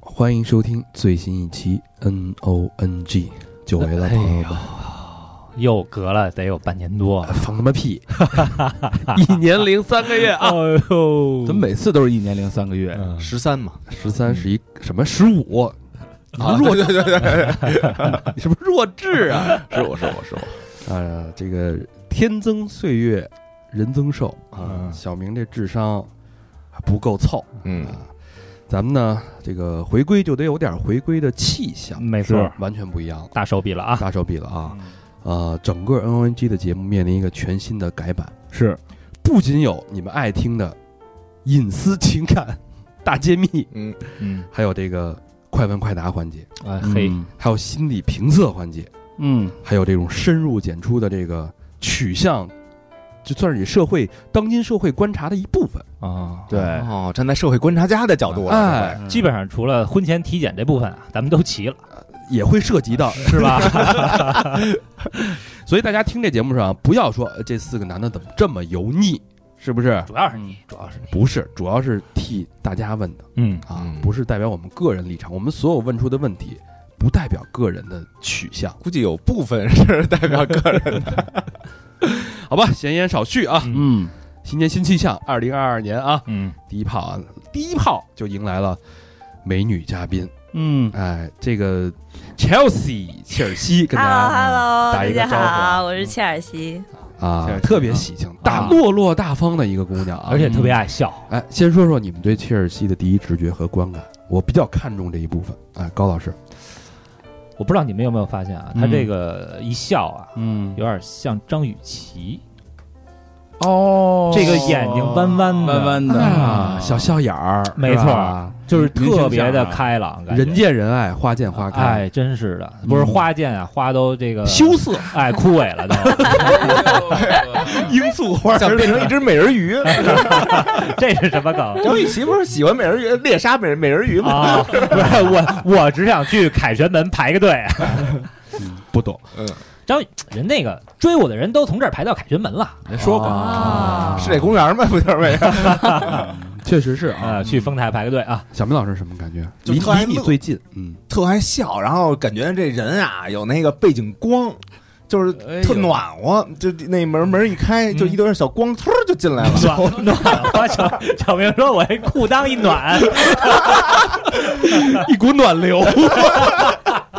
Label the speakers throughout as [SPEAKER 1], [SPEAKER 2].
[SPEAKER 1] 欢迎收听最新一期 N O N G，久违了，
[SPEAKER 2] 哎
[SPEAKER 1] 朋友
[SPEAKER 2] 呦
[SPEAKER 1] 们，
[SPEAKER 2] 又隔了得有半年多。
[SPEAKER 1] 放他妈屁，一年零三个 月啊！
[SPEAKER 2] 哎呦
[SPEAKER 3] 怎么每次都是一年零三个月？
[SPEAKER 2] 嗯
[SPEAKER 3] 十三嘛，
[SPEAKER 1] 十三是一
[SPEAKER 3] 嗯
[SPEAKER 1] 什么十五？你
[SPEAKER 3] 啊
[SPEAKER 1] 是弱智，啊 你是不是弱智啊？
[SPEAKER 3] 是我是我是我，
[SPEAKER 1] 啊，这个天增岁月，人增寿啊！
[SPEAKER 2] 嗯
[SPEAKER 1] 小明这智商还不够凑，
[SPEAKER 3] 嗯
[SPEAKER 1] 啊，咱们呢这个回归就得有点回归的气象，
[SPEAKER 2] 没错
[SPEAKER 1] 是完全不一样了，
[SPEAKER 2] 大手笔了啊？
[SPEAKER 1] 大手笔了啊！呃，整个 N O N G 的节目面临一个全新的改版。
[SPEAKER 3] 是
[SPEAKER 1] 不仅有你们爱听的隐私情感大揭秘，
[SPEAKER 3] 嗯
[SPEAKER 2] 嗯，
[SPEAKER 1] 还有这个快问快答环节，嗯
[SPEAKER 2] 哎嘿，
[SPEAKER 1] 还有心理评测环节，
[SPEAKER 3] 嗯
[SPEAKER 1] 还有这种深入浅出的这个取向，就算是你社会当今社会观察的一部分。
[SPEAKER 2] 啊，
[SPEAKER 3] 对哦，站在社会观察家的角度了，
[SPEAKER 1] 哎，
[SPEAKER 2] 基本上除了婚前体检这部分啊，咱们都齐了，
[SPEAKER 1] 也会涉及到，
[SPEAKER 2] 是吧？
[SPEAKER 1] 所以大家听这节目上不要说呃这四个男的怎么这么油腻，是不是？
[SPEAKER 2] 主要是你，主要是你。
[SPEAKER 1] 不是，主要是替大家问的
[SPEAKER 2] 嗯，
[SPEAKER 1] 啊
[SPEAKER 3] 嗯，
[SPEAKER 1] 不是代表我们个人立场，我们所有问出的问题不代表个人的取向。
[SPEAKER 3] 估计有部分是代表个人的。
[SPEAKER 1] 好吧，闲言少叙啊，
[SPEAKER 3] 嗯
[SPEAKER 1] 新年新气象，二零二二年啊，
[SPEAKER 2] 嗯，
[SPEAKER 1] 第一炮啊，第一炮就迎来了美女嘉宾，
[SPEAKER 3] 嗯，
[SPEAKER 1] 哎，这个 Chelsea 切尔西跟
[SPEAKER 4] h e l l o
[SPEAKER 1] 大嗯打
[SPEAKER 4] h e l l o 大
[SPEAKER 1] 一个
[SPEAKER 4] 家
[SPEAKER 1] 招呼啊
[SPEAKER 4] 好，我是切尔西。
[SPEAKER 1] 家啊
[SPEAKER 3] 切尔西
[SPEAKER 1] 特别喜庆，大
[SPEAKER 2] 啊
[SPEAKER 1] 落落大方的一个姑娘啊，
[SPEAKER 2] 而且特别爱笑。
[SPEAKER 1] 哎，先说说你们对切尔西的第一直觉和观感，我比较看重这一部分。哎，高老师，
[SPEAKER 2] 我不知道你们有没有发现啊，他这个一笑啊，
[SPEAKER 1] 嗯，
[SPEAKER 2] 有点像张雨绮，
[SPEAKER 3] 哦
[SPEAKER 2] 这个眼睛弯弯的
[SPEAKER 3] 弯弯的
[SPEAKER 1] 啊，小笑眼儿，
[SPEAKER 2] 没
[SPEAKER 1] 是
[SPEAKER 2] 错
[SPEAKER 1] 吧
[SPEAKER 2] 就是
[SPEAKER 3] 明星
[SPEAKER 2] 特别的
[SPEAKER 3] 相啊
[SPEAKER 2] 开朗，感觉
[SPEAKER 1] 人见人爱，花见花开，呃
[SPEAKER 2] 哎，真是的，不是花见啊，花都这个
[SPEAKER 1] 羞涩，
[SPEAKER 2] 哎，枯萎了都。
[SPEAKER 1] 罂粟花
[SPEAKER 3] 想变成一只美人 鱼。
[SPEAKER 2] 这是什么梗？
[SPEAKER 3] 张雨绮不是喜欢美人鱼，猎杀美美人鱼吗？
[SPEAKER 2] 啊，不是我，我只想去凯旋门排个队。
[SPEAKER 1] 不懂，
[SPEAKER 3] 嗯，
[SPEAKER 2] 张宇人那个追我的人都从这儿排到凯旋门了，
[SPEAKER 3] 您
[SPEAKER 4] 哦
[SPEAKER 1] 啊
[SPEAKER 3] 是这公园吗？不就是 为啥？
[SPEAKER 1] 确实是啊。
[SPEAKER 2] 啊，去丰台排个队啊。
[SPEAKER 1] 小明老师什么感觉？
[SPEAKER 3] 就
[SPEAKER 1] 离
[SPEAKER 3] 特爱
[SPEAKER 1] 离你
[SPEAKER 3] 乐
[SPEAKER 1] 最近，嗯，
[SPEAKER 3] 特爱笑，然后感觉这人啊有那个背景光，就是特暖和，就那门门一开，就一堆小光突儿就进 来了。
[SPEAKER 2] 暖暖和，小小明说：“我这裤裆一暖，
[SPEAKER 1] 一股暖流。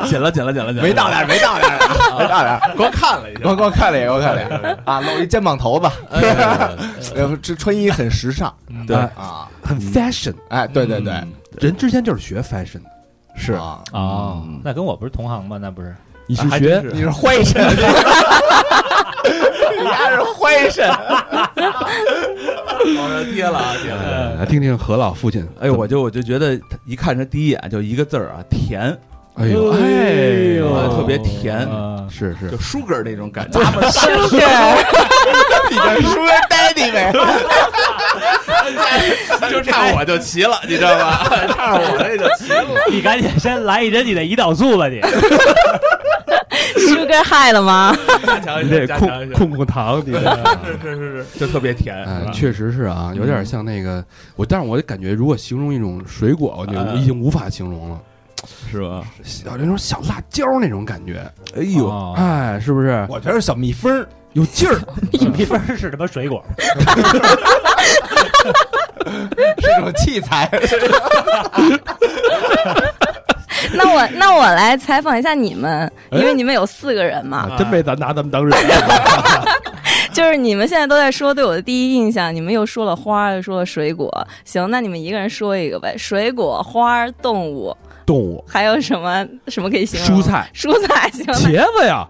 [SPEAKER 5] 剪了，剪了，剪了，剪了。
[SPEAKER 3] 没到点，没到 点，没到点，啊光看了一下，光光看了一眼，光看了一眼啊，露一肩膀头吧，
[SPEAKER 2] 哎
[SPEAKER 3] 然后这穿衣很时尚
[SPEAKER 2] 嗯
[SPEAKER 1] 对，
[SPEAKER 3] 啊，
[SPEAKER 1] 很
[SPEAKER 5] 嗯
[SPEAKER 1] fashion，
[SPEAKER 3] 哎，对对对，
[SPEAKER 1] 人之间就是学 fashion 的。
[SPEAKER 3] 是啊，
[SPEAKER 2] 哦，那跟我不是同行吗？那不是
[SPEAKER 1] 你是
[SPEAKER 5] 还真
[SPEAKER 1] 学
[SPEAKER 5] 是
[SPEAKER 3] 你是坏神， 你还是坏神，
[SPEAKER 5] 我贴了啊，贴了。
[SPEAKER 1] 呃，来听听何老父亲。
[SPEAKER 5] 哎呦，我就我就觉得他一看他第一眼就一个字儿啊，甜，
[SPEAKER 1] 哎呦，
[SPEAKER 2] 哎呦
[SPEAKER 1] 哎
[SPEAKER 5] 啊特别甜，
[SPEAKER 2] 啊
[SPEAKER 1] 是是
[SPEAKER 5] 就，舒格那种感觉。咱们
[SPEAKER 3] 你这 sugar daddy 呗，
[SPEAKER 5] 就差我就齐了，你知道吧？ 差我这就齐了。
[SPEAKER 2] 你赶紧先来一针你的胰岛素吧，你
[SPEAKER 4] Sugar High 了 吗？
[SPEAKER 5] 加强一
[SPEAKER 1] 你
[SPEAKER 5] 下，
[SPEAKER 1] 得
[SPEAKER 5] 加
[SPEAKER 1] 控
[SPEAKER 5] 强一下。
[SPEAKER 1] 控控糖，你得。
[SPEAKER 5] 是是是是，就特别甜，
[SPEAKER 1] 哎
[SPEAKER 5] 是，吧嗯
[SPEAKER 1] 确实是啊，有点像那个我，但是我感觉如果形容一种水果，我就
[SPEAKER 5] 嗯
[SPEAKER 1] 已经无法形容了，
[SPEAKER 5] 是吧？
[SPEAKER 1] 小那种小辣椒那种感觉，
[SPEAKER 5] 哎呦，
[SPEAKER 2] 哦
[SPEAKER 1] 哎，是不是
[SPEAKER 3] 我觉得是小蜜蜂儿，
[SPEAKER 1] 有劲 儿？
[SPEAKER 2] 一米分是什么水果？
[SPEAKER 3] 是种器材，
[SPEAKER 4] 那我那我来采访一下你们，
[SPEAKER 1] 哎
[SPEAKER 4] 因为你们有四个人嘛，
[SPEAKER 1] 啊真没咱拿咱们当人。嗯
[SPEAKER 4] 就是你们现在都在说对我的第一印象，你们又说了花儿，又说了水果。行，那你们一个人说一个呗，水果、花儿、动物，
[SPEAKER 1] 动物、
[SPEAKER 4] 还有什么 什么可以形容？
[SPEAKER 1] 蔬，菜、
[SPEAKER 4] 蔬菜行了。
[SPEAKER 1] 茄子呀，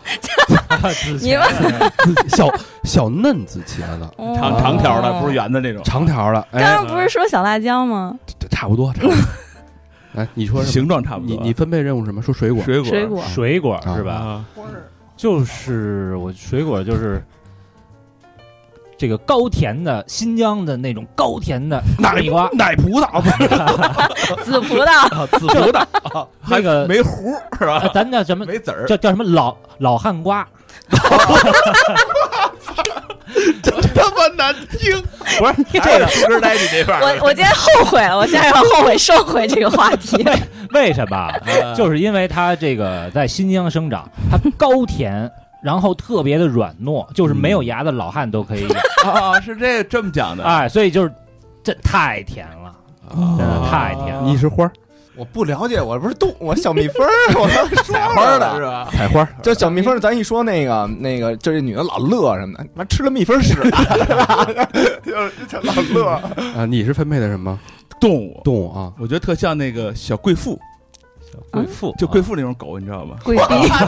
[SPEAKER 4] 你们
[SPEAKER 1] 小小嫩子茄子，
[SPEAKER 5] 长啊长条的，不是圆的那种。
[SPEAKER 1] 哦长条的，哎
[SPEAKER 4] 刚，刚不是说小辣椒吗？
[SPEAKER 1] 差不多，差不多。哎，你说什么？
[SPEAKER 5] 形状差不
[SPEAKER 1] 你
[SPEAKER 5] 多。啊
[SPEAKER 1] 你分配任务是什么？说水果，
[SPEAKER 5] 水果
[SPEAKER 4] 水果
[SPEAKER 2] 水果
[SPEAKER 1] 啊，
[SPEAKER 2] 是吧？
[SPEAKER 5] 啊，
[SPEAKER 2] 就是我水果就是这个高甜的新疆的那种高甜的大蜜瓜
[SPEAKER 1] 奶葡萄，不是
[SPEAKER 4] 紫葡萄，
[SPEAKER 5] 啊紫葡萄
[SPEAKER 2] 那个
[SPEAKER 5] 没核儿是
[SPEAKER 2] 啊
[SPEAKER 5] 吧？
[SPEAKER 2] 咱叫什么？
[SPEAKER 5] 没籽 儿，
[SPEAKER 2] 叫叫什么老老汉瓜？
[SPEAKER 5] 他妈难听。
[SPEAKER 2] 不 是
[SPEAKER 5] 还
[SPEAKER 2] 这
[SPEAKER 5] 是
[SPEAKER 2] 个，
[SPEAKER 5] 树枝呆你这块儿，
[SPEAKER 4] 我我今天后悔了，我现在要后悔收回这个话 题。
[SPEAKER 2] 为什么？
[SPEAKER 5] 啊
[SPEAKER 2] 就是因为它这个在新疆生长，它高甜，然后特别的软糯，就是没有牙的老汉都可以，
[SPEAKER 5] 啊，是这这么讲 的。
[SPEAKER 2] 哎，所以就是这太甜了，真
[SPEAKER 1] 哦
[SPEAKER 2] 的太甜了。
[SPEAKER 1] 你是花儿，
[SPEAKER 3] 我不了解，我不是动，我小蜜蜂 儿，我刚才说
[SPEAKER 5] 采
[SPEAKER 3] 了
[SPEAKER 5] 花的是吧？
[SPEAKER 1] 采花儿，
[SPEAKER 3] 就小蜜蜂儿，咱一说那个那个，就这女的老乐什么的，妈吃了蜜蜂屎， 就是就老乐。
[SPEAKER 1] 啊，你是分配的什么
[SPEAKER 5] 动物，
[SPEAKER 1] 动物啊？
[SPEAKER 5] 我觉得特像那个小贵妇，
[SPEAKER 2] 贵妇啊
[SPEAKER 5] 就贵妇那种狗，你 知道吗？
[SPEAKER 4] 贵宾， 叫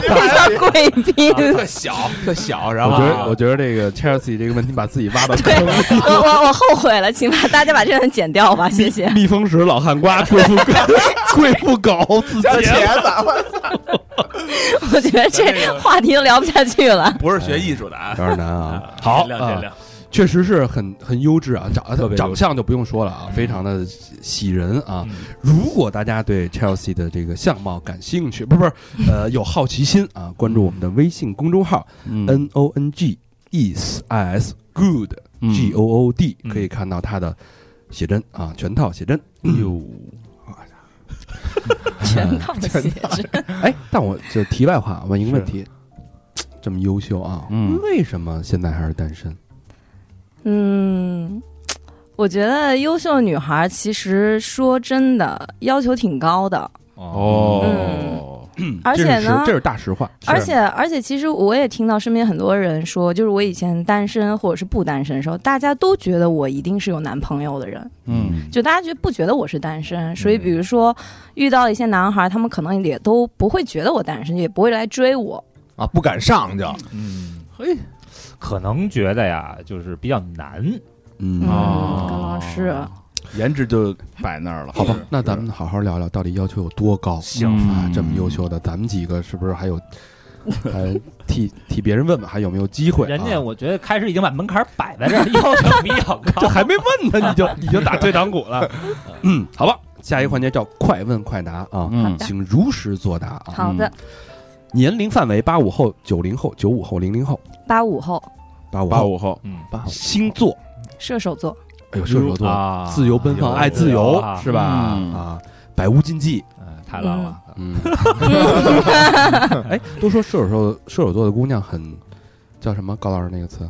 [SPEAKER 4] 贵宾。
[SPEAKER 5] 啊特小，特小，然
[SPEAKER 1] 我
[SPEAKER 5] 后啊
[SPEAKER 1] 觉得，我觉得这个 Chelsea 这个问题把自己挖到
[SPEAKER 4] 对
[SPEAKER 1] 坑里。
[SPEAKER 4] 我我我后悔了，请把大家把这段剪掉吧，谢 谢。
[SPEAKER 1] 蜜蜂屎、老汉瓜、 贵妇贵妇狗，自己
[SPEAKER 3] 加茄子，我
[SPEAKER 4] 我觉得这话题都聊不下去了。
[SPEAKER 5] 不是学艺术的啊
[SPEAKER 1] 有。点难啊。
[SPEAKER 2] 好
[SPEAKER 5] 亮
[SPEAKER 1] 啊
[SPEAKER 5] 亮亮，
[SPEAKER 1] 确实是很很优质啊，
[SPEAKER 2] 特别
[SPEAKER 1] 长
[SPEAKER 2] 优质嗯
[SPEAKER 1] 长相就不用说了啊，非常的喜人啊。如果大家对 Chelsea 的这个相貌感兴趣，不是不是， 呃，有好奇心啊，关注我们的微信公众号
[SPEAKER 5] 嗯
[SPEAKER 1] N O N G E S I S Good G O O D，
[SPEAKER 2] 嗯
[SPEAKER 1] 可以看到他的写真啊，全套写真。
[SPEAKER 5] 哟，
[SPEAKER 1] 嗯
[SPEAKER 4] 全套写着，
[SPEAKER 1] 哎，但我就题外话问一个问
[SPEAKER 2] 嗯是
[SPEAKER 1] 题，这么优秀啊，
[SPEAKER 5] 嗯
[SPEAKER 1] 为什么现在还是单身？
[SPEAKER 4] 嗯，我觉得优秀女孩其实说真的要求挺高的，嗯
[SPEAKER 5] 哦，
[SPEAKER 4] 而且
[SPEAKER 1] 这是实
[SPEAKER 4] 呢，
[SPEAKER 1] 这是大实话。
[SPEAKER 4] 而且而且，其实我也听到身边很多人说，就是我以前单身或者是不单身的时候，大家都觉得我一定是有男朋友的人，
[SPEAKER 5] 嗯，
[SPEAKER 4] 就大家觉得不觉得我是单身，所以比如说遇到一些男孩，他们可能也都不会觉得我单身，也不会来追我。
[SPEAKER 3] 啊，不敢上就
[SPEAKER 5] 嗯，
[SPEAKER 2] 嘿，可能觉得呀，就是比较难。
[SPEAKER 1] 嗯
[SPEAKER 4] 嗯，
[SPEAKER 5] 哦
[SPEAKER 4] 可能是
[SPEAKER 5] 颜值就摆那儿了。
[SPEAKER 1] 好吧
[SPEAKER 5] 是，
[SPEAKER 1] 那咱们好好聊聊，到底要求有多高？
[SPEAKER 2] 行
[SPEAKER 1] 啊，这么优秀的，咱们几个是不是还有？ 还替替别人问问，还有没有机会啊？
[SPEAKER 2] 人家我觉得开始已经把门槛摆在这儿，要求比较
[SPEAKER 1] 这
[SPEAKER 2] 高。
[SPEAKER 1] 还没问呢，你就 你就 打退堂鼓了。嗯，好吧，下一个环节叫快问快答啊，
[SPEAKER 5] 嗯
[SPEAKER 1] 请如实作答啊。
[SPEAKER 4] 好的，
[SPEAKER 1] 年龄范围八五后、九零后、九五后、零零后、
[SPEAKER 4] 八五后
[SPEAKER 1] 八五
[SPEAKER 5] 八
[SPEAKER 1] 后。
[SPEAKER 5] 五后，
[SPEAKER 2] 嗯
[SPEAKER 1] 星座，
[SPEAKER 4] 射手座，
[SPEAKER 1] 哎呦，射手座，
[SPEAKER 2] 啊，
[SPEAKER 1] 自由奔放，
[SPEAKER 2] 有
[SPEAKER 1] 爱自由
[SPEAKER 2] 啊，
[SPEAKER 1] 是吧？
[SPEAKER 5] 嗯
[SPEAKER 1] 啊，百无禁忌。
[SPEAKER 2] 嗯太浪了。
[SPEAKER 1] 嗯， 哎，都说射手座射手座的姑娘很叫什么？高老师那个词，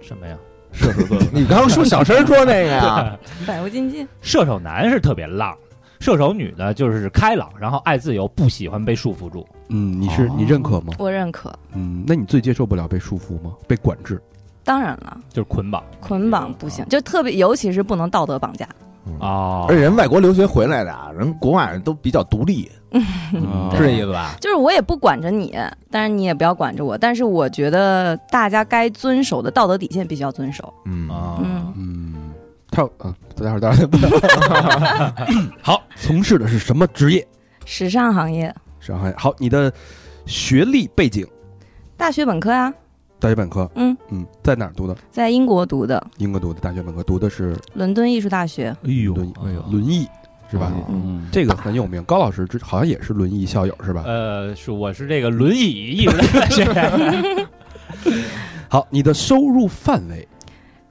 [SPEAKER 2] 什
[SPEAKER 4] 嗯
[SPEAKER 2] 么呀？
[SPEAKER 5] 射手座，
[SPEAKER 1] 嗯
[SPEAKER 3] 你刚刚说小声说那 个
[SPEAKER 1] 啊
[SPEAKER 3] 呀，
[SPEAKER 4] 百无禁忌。
[SPEAKER 2] 射手男是特别浪，射手女呢就是开朗，然后爱自由，不喜欢被束缚住。
[SPEAKER 1] 嗯，你是
[SPEAKER 5] 哦
[SPEAKER 1] 你认可吗？
[SPEAKER 4] 我认可，
[SPEAKER 1] 嗯，那你最接受不了被束缚吗？被管制？
[SPEAKER 4] 当然了，
[SPEAKER 2] 就是捆绑
[SPEAKER 4] 捆绑不
[SPEAKER 5] 嗯
[SPEAKER 4] 行，就特别尤其是不能道德绑架。
[SPEAKER 1] 嗯
[SPEAKER 2] 啊
[SPEAKER 1] 哎
[SPEAKER 3] 而且人外国留学回来的啊，人国外都比较独立，
[SPEAKER 5] 啊
[SPEAKER 1] 嗯
[SPEAKER 3] 是这意思吧？
[SPEAKER 4] 就是我也不管着你，但是你也不要管着我。但是我觉得大家该遵守的道德底线必须要遵守。
[SPEAKER 3] 嗯
[SPEAKER 5] 哦
[SPEAKER 2] 啊，
[SPEAKER 4] 嗯，
[SPEAKER 1] 嗯，他啊，待会儿待会儿。 好，从事的是什么职业？
[SPEAKER 4] 时尚行业，
[SPEAKER 1] 上海。好，你的学历背景，
[SPEAKER 4] 大学本科啊，
[SPEAKER 1] 大学本科，
[SPEAKER 4] 嗯
[SPEAKER 1] 嗯，在哪儿读的？
[SPEAKER 4] 在英国读的
[SPEAKER 1] 英国读的大学本科，读的是
[SPEAKER 4] 伦敦艺术大学。
[SPEAKER 2] 哎呦
[SPEAKER 1] 轮椅
[SPEAKER 2] 哎呦，
[SPEAKER 1] 轮椅，是吧？
[SPEAKER 5] 嗯，
[SPEAKER 1] 这个很有名，高老师之好像也是轮椅校友，是吧？
[SPEAKER 2] 呃，是我是这个轮椅艺术大 学，
[SPEAKER 1] 好，你的收入范围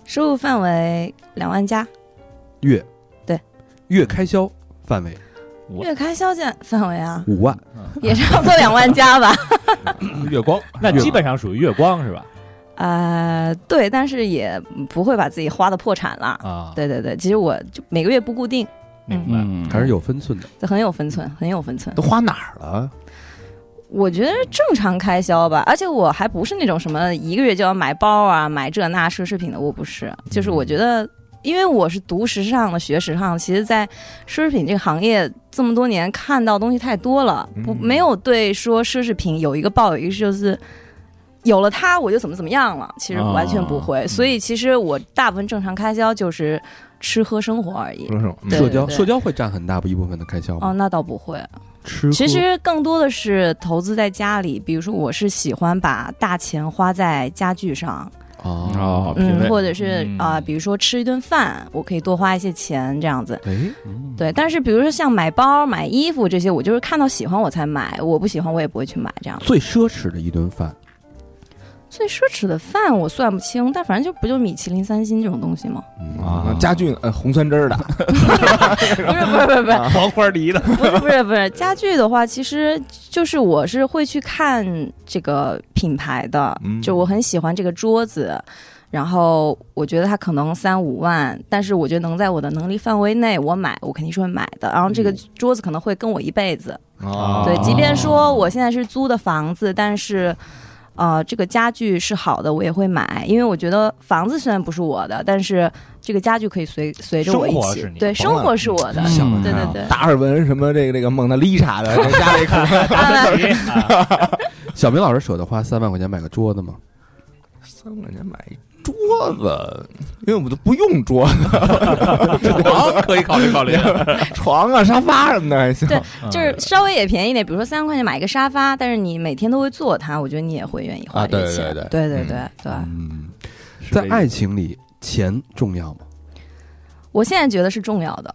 [SPEAKER 4] 收入范围两万加，
[SPEAKER 1] 月
[SPEAKER 4] 对
[SPEAKER 1] 月开销范围，
[SPEAKER 2] 我
[SPEAKER 4] 月开销线范围啊
[SPEAKER 1] 五万，
[SPEAKER 4] 也差不多两万加吧。
[SPEAKER 5] 月光，
[SPEAKER 2] 那基本上属于月光是吧？
[SPEAKER 4] 呃，对，但是也不会把自己花的破产了。
[SPEAKER 2] 啊，
[SPEAKER 4] 对对对，其实我就每个月不固定，
[SPEAKER 2] 明白。
[SPEAKER 5] 嗯，
[SPEAKER 1] 还是有分寸的。
[SPEAKER 4] 很有分寸，很有分寸
[SPEAKER 3] 都。花哪儿了？
[SPEAKER 4] 我觉得正常开销吧，而且我还不是那种什么一个月就要买包啊、买这那奢侈品的，我不是。就是我觉得，因为我是读时尚的、学时尚的，其实，在奢侈品这个行业这么多年看到东西太多了，不
[SPEAKER 3] 嗯
[SPEAKER 4] 没有对说奢侈品有一个抱有一个就是。有了它，我就怎么怎么样了。其实完全不会，所以其实我大部分正常开销就是吃喝生活而已。
[SPEAKER 3] 说什么？
[SPEAKER 4] 对
[SPEAKER 1] 社交
[SPEAKER 4] 对
[SPEAKER 1] 社交会占很大一部分的开销
[SPEAKER 4] 哦，
[SPEAKER 1] 吗？
[SPEAKER 4] 那倒不会。
[SPEAKER 1] 吃
[SPEAKER 4] 其
[SPEAKER 1] 喝
[SPEAKER 4] 实更多的是投资在家里，比如说我是喜欢把大钱花在家具上，
[SPEAKER 1] 哦，
[SPEAKER 5] 哦，品
[SPEAKER 4] 嗯，
[SPEAKER 5] 味
[SPEAKER 4] 或者是
[SPEAKER 2] 嗯
[SPEAKER 4] 啊、比如说吃一顿饭，我可以多花一些钱这样子。
[SPEAKER 1] 哎，嗯
[SPEAKER 4] 对，但是比如说像买包、买衣服这些，我就是看到喜欢我才买，我不喜欢我也不会去买这样。
[SPEAKER 1] 最奢侈的一顿饭，
[SPEAKER 4] 最奢侈的饭我算不清，但反正就不就米其林三星这种东西 吗？
[SPEAKER 1] 嗯
[SPEAKER 3] 啊，家具呃红酸枝儿的，
[SPEAKER 4] 不是不是不是不是
[SPEAKER 5] 黄花梨
[SPEAKER 1] 嗯
[SPEAKER 5] 的，
[SPEAKER 4] 不是不是不是家具的话，其实就是我是会去看这个品牌的，
[SPEAKER 3] 嗯
[SPEAKER 4] 就我很喜欢这个桌子。然后我觉得它可能三五万，但是我觉得能在我的能力范围内，我买我肯定是会买的。然后
[SPEAKER 2] 嗯
[SPEAKER 4] 这个桌子可能会跟我一辈子，
[SPEAKER 3] 啊
[SPEAKER 4] 对，即便说我现在是租的房子，但是，呃，这个家具是好的，我也会买，因为我觉得房子虽然不是我的，但是这个家具可以随随着我一
[SPEAKER 2] 生活
[SPEAKER 4] 起
[SPEAKER 2] 是，你
[SPEAKER 4] 对，
[SPEAKER 2] 的
[SPEAKER 4] 生活是嗯我的，
[SPEAKER 1] 想得开
[SPEAKER 4] 对对
[SPEAKER 1] 啊
[SPEAKER 4] 对，
[SPEAKER 3] 嗯达尔文什么这个这个蒙娜丽莎的，在家里可能
[SPEAKER 2] 啊
[SPEAKER 1] 小明老师舍得花三万块钱买个桌子吗？
[SPEAKER 3] 三块钱买一桌子，因为我们都不用桌子，
[SPEAKER 5] 黄可以考虑考虑。
[SPEAKER 3] 床啊、沙发什么的还行。
[SPEAKER 4] 对
[SPEAKER 2] 嗯
[SPEAKER 4] 就是稍微也便宜点，比如说三万块钱买一个沙发，但是你每天都会坐它，我觉得你也会愿意花
[SPEAKER 3] 啊
[SPEAKER 4] 这
[SPEAKER 3] 对
[SPEAKER 4] 个
[SPEAKER 3] 对
[SPEAKER 4] 钱，对对
[SPEAKER 3] 嗯
[SPEAKER 4] 对对
[SPEAKER 1] 嗯，
[SPEAKER 5] 是
[SPEAKER 1] 在
[SPEAKER 5] 这
[SPEAKER 1] 爱
[SPEAKER 5] 意思
[SPEAKER 1] 情里，钱重要吗？
[SPEAKER 4] 我现在觉得是重要的。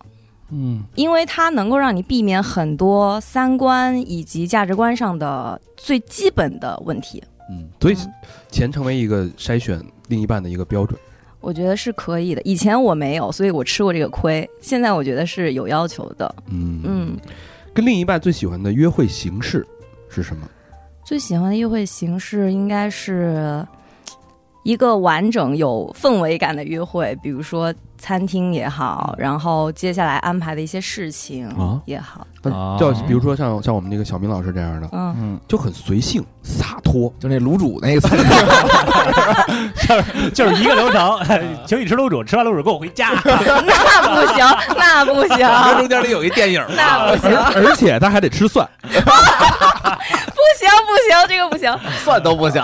[SPEAKER 1] 嗯，
[SPEAKER 4] 因为它能够让你避免很多三观以及价值观上的最基本的问题，
[SPEAKER 1] 嗯，所以
[SPEAKER 4] 嗯
[SPEAKER 1] 钱成为一个筛选另一半的一个标准。
[SPEAKER 4] 我觉得是可以的。以前我没有，所以我吃过这个亏。现在我觉得是有要求的。
[SPEAKER 1] 嗯
[SPEAKER 4] 嗯，
[SPEAKER 1] 跟另一半最喜欢的约会形式是什么？
[SPEAKER 4] 最喜欢的约会形式应该是一个完整有氛围感的约会，比如说餐厅也好，然后接下来安排的一些事情
[SPEAKER 1] 啊
[SPEAKER 4] 也好。
[SPEAKER 2] 哦
[SPEAKER 1] 就比如说像像我们这个小明老师这样的，
[SPEAKER 4] 嗯，
[SPEAKER 1] 就很随性洒脱。
[SPEAKER 3] 就那卤煮那个菜，
[SPEAKER 2] 就是一个流程，请你吃卤煮，吃完卤煮跟我回家。
[SPEAKER 4] 那不行，那不行，
[SPEAKER 5] 中间里有一电影
[SPEAKER 4] 那 不行，
[SPEAKER 1] 而且他还得吃蒜，
[SPEAKER 4] 不行，不行，这个不行。
[SPEAKER 3] 蒜都不行。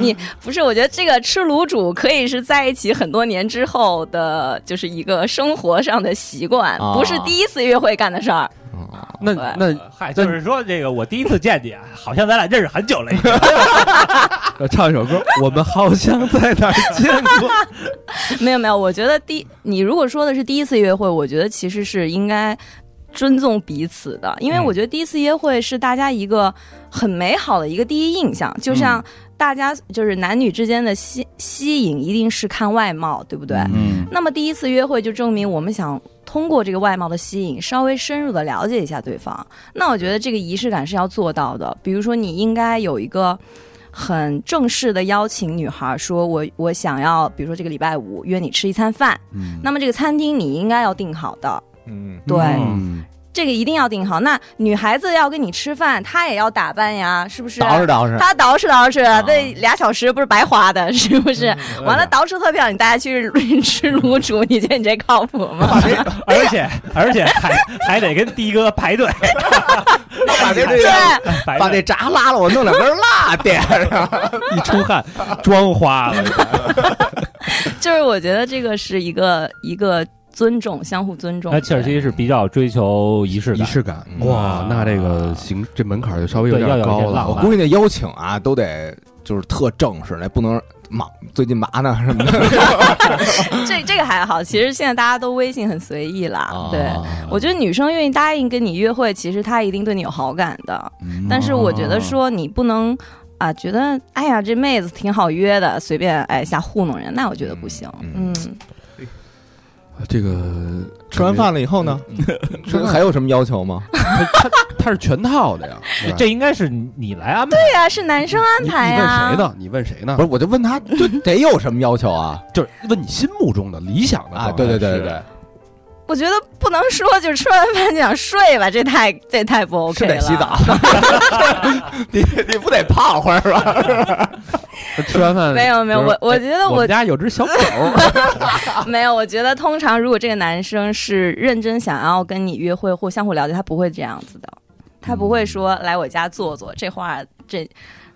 [SPEAKER 4] 你不是，我觉得这个吃卤煮可以是在一起很多年之后的，就是一个生活上的习惯，
[SPEAKER 3] 啊
[SPEAKER 4] 不是第一次约会干的事儿。
[SPEAKER 1] 那那
[SPEAKER 2] 嗨，就是说这个，我第一次见你，好像咱俩认识很久了已经。
[SPEAKER 1] 呃唱一首歌，我们好像在哪儿见过。
[SPEAKER 4] 没有没有，我觉得第你如果说的是第一次约会，我觉得其实是应该尊重彼此的，因为
[SPEAKER 2] 嗯
[SPEAKER 4] 我觉得第一次约会是大家一个很美好的一个第一印象，就像大家就是男女之间的吸吸引一定是看外貌，对不对？
[SPEAKER 5] 嗯，
[SPEAKER 4] 那么第一次约会就证明我们想通过这个外貌的吸引，稍微深入的了解一下对方。那我觉得这个仪式感是要做到的。比如说，你应该有一个很正式的邀请女孩说我：“我想要，比如说这个礼拜五约你吃一餐饭。
[SPEAKER 1] 嗯
[SPEAKER 4] 那么这个餐厅你应该要订好的，
[SPEAKER 3] 嗯，
[SPEAKER 4] 对，
[SPEAKER 1] 嗯
[SPEAKER 4] 这个一定要订好。那女孩子要跟你吃饭，她也要打扮呀，是不是？
[SPEAKER 3] 捯饬啊捯饬。
[SPEAKER 4] 她捯饬捯饬，那俩小时不是白花的，是不是？
[SPEAKER 2] 嗯
[SPEAKER 4] 完了，捯饬特漂亮，你带她去吃卤煮，你觉得你这靠谱吗？哎
[SPEAKER 2] 而且而且还还得跟的哥排队，
[SPEAKER 3] 把这这
[SPEAKER 4] 对啊
[SPEAKER 3] 个，
[SPEAKER 2] 排
[SPEAKER 3] 把
[SPEAKER 2] 队
[SPEAKER 3] 这闸拉了，我弄两根蜡点 上。
[SPEAKER 2] 一出汗妆花了。
[SPEAKER 4] 就是我觉得这个是一个一个尊重，相互尊重。
[SPEAKER 2] 那切尔西是比较追求仪式
[SPEAKER 1] 仪
[SPEAKER 2] 感，
[SPEAKER 1] 式感
[SPEAKER 3] 嗯
[SPEAKER 1] 哇，那这个行这门槛就稍微有
[SPEAKER 2] 对
[SPEAKER 1] 点
[SPEAKER 2] 要有一
[SPEAKER 1] 高
[SPEAKER 2] 些
[SPEAKER 1] 了
[SPEAKER 2] 浪
[SPEAKER 1] 啊。
[SPEAKER 3] 我
[SPEAKER 2] 漫
[SPEAKER 3] 估计那邀请啊，都得就是特正式，那不能忙。最近忙呢什么的。
[SPEAKER 4] 这这个还好，其实现在大家都微信很随意啦。对，
[SPEAKER 1] 嗯啊
[SPEAKER 4] 我觉得女生愿意答应跟你约会，其实她一定对你有好感的。
[SPEAKER 1] 嗯
[SPEAKER 4] 但是我觉得说你不能啊，觉得哎呀这妹子挺好约的，随便哎瞎糊弄人，那我觉得不行。
[SPEAKER 3] 嗯
[SPEAKER 4] 嗯，
[SPEAKER 1] 这个
[SPEAKER 3] 吃完饭了以后呢？ 这还有什么要求吗？
[SPEAKER 1] 他他他是全套的呀，对吧
[SPEAKER 2] 这应该是你来安排。
[SPEAKER 4] 对呀、是男生安
[SPEAKER 1] 你你
[SPEAKER 4] 排啊呀、
[SPEAKER 1] 问谁呢？你问谁呢
[SPEAKER 3] 不？是，我就问他，就得有什么要求 啊？
[SPEAKER 1] 就是问你心目中的理想的
[SPEAKER 3] 啊，对对对对对，
[SPEAKER 4] 我觉得不能说就吃完饭就想睡吧，这太 这太不 OK
[SPEAKER 3] 是
[SPEAKER 4] 了。
[SPEAKER 3] 得洗澡， 你你不得泡会儿吧？
[SPEAKER 1] 对，吃完饭
[SPEAKER 4] 没有没有，
[SPEAKER 1] 比如
[SPEAKER 4] 我
[SPEAKER 1] 说
[SPEAKER 4] 我
[SPEAKER 1] 哎
[SPEAKER 4] 觉得
[SPEAKER 1] 我
[SPEAKER 4] 我
[SPEAKER 1] 们家有只小狗，
[SPEAKER 4] 没有，我觉得通常如果这个男生是认真想要跟你约会或相互了解，他不会这样子的，他不会说来我家坐坐，这话这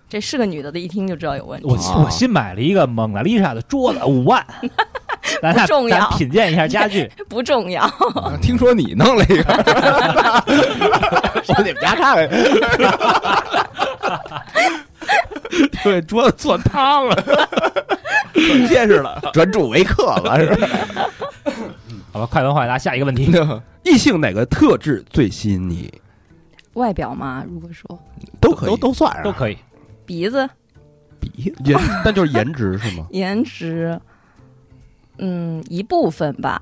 [SPEAKER 4] 这是个女的的，一听就知道有问题。
[SPEAKER 2] 我我新买了一个蒙娜丽莎的桌子，五万，咱俩
[SPEAKER 4] 不重
[SPEAKER 2] 咱
[SPEAKER 4] 要
[SPEAKER 2] 品鉴一下家 具，
[SPEAKER 4] 不重要。
[SPEAKER 3] 听说你弄了一个， 我你们家看看，
[SPEAKER 1] 对，桌子做汤了，
[SPEAKER 3] 结实 了，转主为客了是吧？
[SPEAKER 2] 好吧？快问快答，下一个问题。
[SPEAKER 1] 异性哪个特质最吸引你？
[SPEAKER 4] 外表嘛，如果说
[SPEAKER 1] 都可以，
[SPEAKER 3] 都都算上，
[SPEAKER 2] 都可以，
[SPEAKER 4] 鼻子、
[SPEAKER 1] 比颜，但就是颜值是吗？
[SPEAKER 4] 颜值，嗯，一部分吧。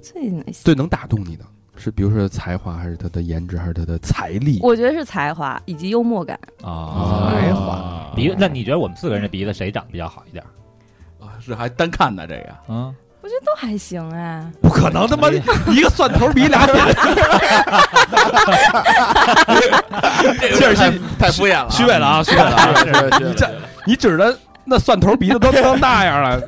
[SPEAKER 4] 最那些，
[SPEAKER 1] 最能打动你的是，比如说才华，还是他的颜值，还是他的财力？
[SPEAKER 4] 我觉得是才华以及幽默感。
[SPEAKER 2] 啊
[SPEAKER 1] 才
[SPEAKER 5] 华
[SPEAKER 2] 鼻子，那你觉得我们四个人的鼻子谁长得比较好一点？
[SPEAKER 5] 啊是还单看的这个，
[SPEAKER 2] 嗯，
[SPEAKER 4] 我觉得都还行哎，
[SPEAKER 1] 不可能，他妈一个蒜头鼻俩眼，切尔西
[SPEAKER 5] 太敷衍了啊，
[SPEAKER 1] 虚伪了啊，虚伪了啊！
[SPEAKER 5] 是是
[SPEAKER 1] 这你指着那蒜头鼻子都都那样了，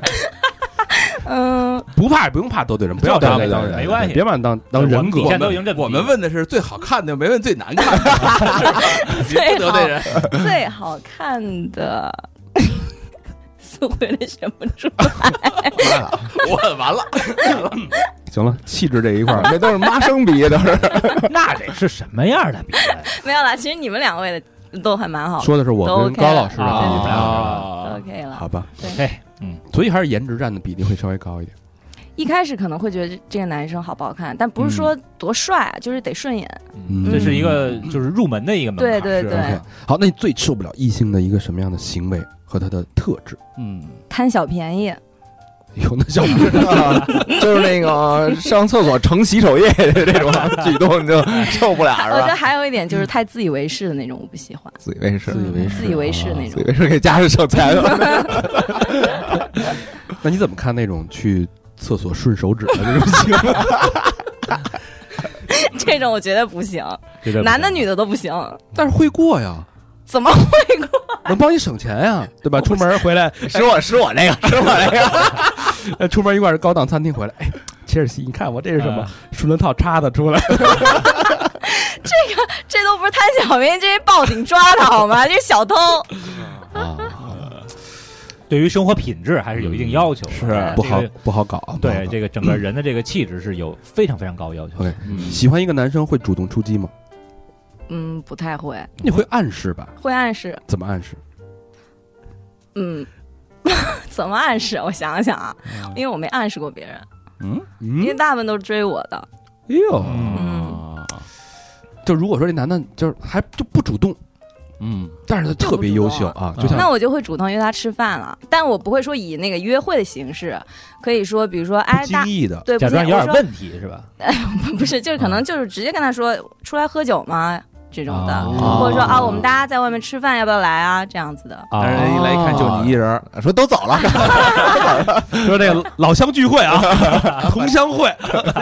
[SPEAKER 4] 嗯，
[SPEAKER 1] 不怕也不用怕斗对人，不要
[SPEAKER 2] 就
[SPEAKER 1] 当当
[SPEAKER 2] 当没
[SPEAKER 1] 人
[SPEAKER 2] 没关系
[SPEAKER 1] 别把它当当人格
[SPEAKER 2] 我。们都已经这么
[SPEAKER 5] 我们问的是最好看的，没问最难看的，是吧？
[SPEAKER 4] 最
[SPEAKER 5] 你不得罪人，
[SPEAKER 4] 最好看的， 似乎有点选不出。
[SPEAKER 5] 我完了，
[SPEAKER 1] 行了，气质这一块 儿，
[SPEAKER 3] 这都是妈生鼻，都是
[SPEAKER 2] 那得是什么样的鼻子？
[SPEAKER 4] 没有啦，其实你们两位的都还蛮好的
[SPEAKER 1] 说的是我跟高老师
[SPEAKER 2] 都 OK
[SPEAKER 1] 的
[SPEAKER 2] 了
[SPEAKER 1] 比例，
[SPEAKER 5] 啊，
[SPEAKER 4] ，OK 了。
[SPEAKER 1] 好吧？
[SPEAKER 2] 哎，嗯，
[SPEAKER 1] 所以还是颜值占的比例会稍微高一点。
[SPEAKER 4] 一开始可能会觉得这个男生好不好看，但不是说多帅啊，就是得顺眼。
[SPEAKER 1] 嗯
[SPEAKER 2] 这是一个就是入门的一个门槛。
[SPEAKER 4] 对对
[SPEAKER 2] 是
[SPEAKER 4] 对
[SPEAKER 1] OK，好，那你最受不了异性的一个什么样的行为和他的特质？
[SPEAKER 5] 嗯，
[SPEAKER 4] 贪小便宜，
[SPEAKER 1] 有那小
[SPEAKER 3] 就是那个上厕所盛洗手液的这种 举动，你就受不了
[SPEAKER 4] 我
[SPEAKER 3] 是
[SPEAKER 4] 觉得
[SPEAKER 3] 吧？
[SPEAKER 4] 还有一点就是太自以为是的那种，我不喜欢。
[SPEAKER 3] 自以为是
[SPEAKER 1] 自以
[SPEAKER 5] 嗯
[SPEAKER 1] 为是
[SPEAKER 4] 自以为是那
[SPEAKER 3] 自
[SPEAKER 4] 种
[SPEAKER 3] 以。为是给家里省钱了，
[SPEAKER 1] 那你怎么看那种去厕所顺手指的这种行为？
[SPEAKER 4] 这种我觉得不行，
[SPEAKER 2] 绝对不
[SPEAKER 4] 男的
[SPEAKER 2] 行
[SPEAKER 4] 女的都不行。
[SPEAKER 1] 但是会过呀，
[SPEAKER 4] 怎么 会过？
[SPEAKER 1] 能帮你省钱呀，对吧？出门回来，
[SPEAKER 3] 使我使我那个，使我那个，
[SPEAKER 1] 呃出门一块儿高档餐厅回来，哎，切尔西，你看我这是什么
[SPEAKER 2] 嗯？
[SPEAKER 1] 顺了套叉子出来，
[SPEAKER 4] 这都不是贪小便宜，这是报警抓他好吗？这是小偷。
[SPEAKER 1] 啊，
[SPEAKER 2] 对于生活品质还是有一定要求的，
[SPEAKER 4] 是
[SPEAKER 1] 嗯啊不好
[SPEAKER 2] 这个
[SPEAKER 1] 不好搞啊。不好
[SPEAKER 2] 对
[SPEAKER 1] 搞
[SPEAKER 2] 这个整个人的这个气质是有非常非常高的要求。
[SPEAKER 1] OK，喜
[SPEAKER 3] 嗯
[SPEAKER 1] 欢一个男生会主动出击吗？
[SPEAKER 4] 嗯，不太会，
[SPEAKER 1] 你会暗示吧？
[SPEAKER 4] 会暗示。
[SPEAKER 1] 怎么暗示？
[SPEAKER 4] 嗯， 怎么暗示？我想想啊，
[SPEAKER 2] 嗯
[SPEAKER 4] 因为我没暗示过别人，
[SPEAKER 1] 嗯
[SPEAKER 4] 因
[SPEAKER 1] 嗯
[SPEAKER 4] 为，大部分都是追我的。
[SPEAKER 1] 哎呦，
[SPEAKER 2] 哦
[SPEAKER 4] 嗯，
[SPEAKER 1] 就如果说这男的就是还就不主动，
[SPEAKER 5] 嗯，
[SPEAKER 1] 但是他特别优秀啊，
[SPEAKER 5] 就
[SPEAKER 1] 就
[SPEAKER 5] 不主动
[SPEAKER 1] 像
[SPEAKER 4] 那我就会主动约他吃饭了，但我不会说以那个约会的形式，可以说，比如说，哎
[SPEAKER 1] 不，经
[SPEAKER 4] 大
[SPEAKER 1] 意的，
[SPEAKER 4] 对，不
[SPEAKER 2] 假
[SPEAKER 4] 是，
[SPEAKER 2] 装有
[SPEAKER 4] 我
[SPEAKER 2] 点
[SPEAKER 4] 说
[SPEAKER 2] 问题是吧？
[SPEAKER 4] 不是， 就是可能就是直接跟他说出来喝酒吗这种的，
[SPEAKER 2] 哦
[SPEAKER 4] 或者说啊，我们大家在外面吃饭，要不要来啊这样子的。
[SPEAKER 2] 啊
[SPEAKER 5] 但是一来一看就你一人，
[SPEAKER 3] 说都 走了，
[SPEAKER 1] 说这个老乡聚会 啊，同乡会，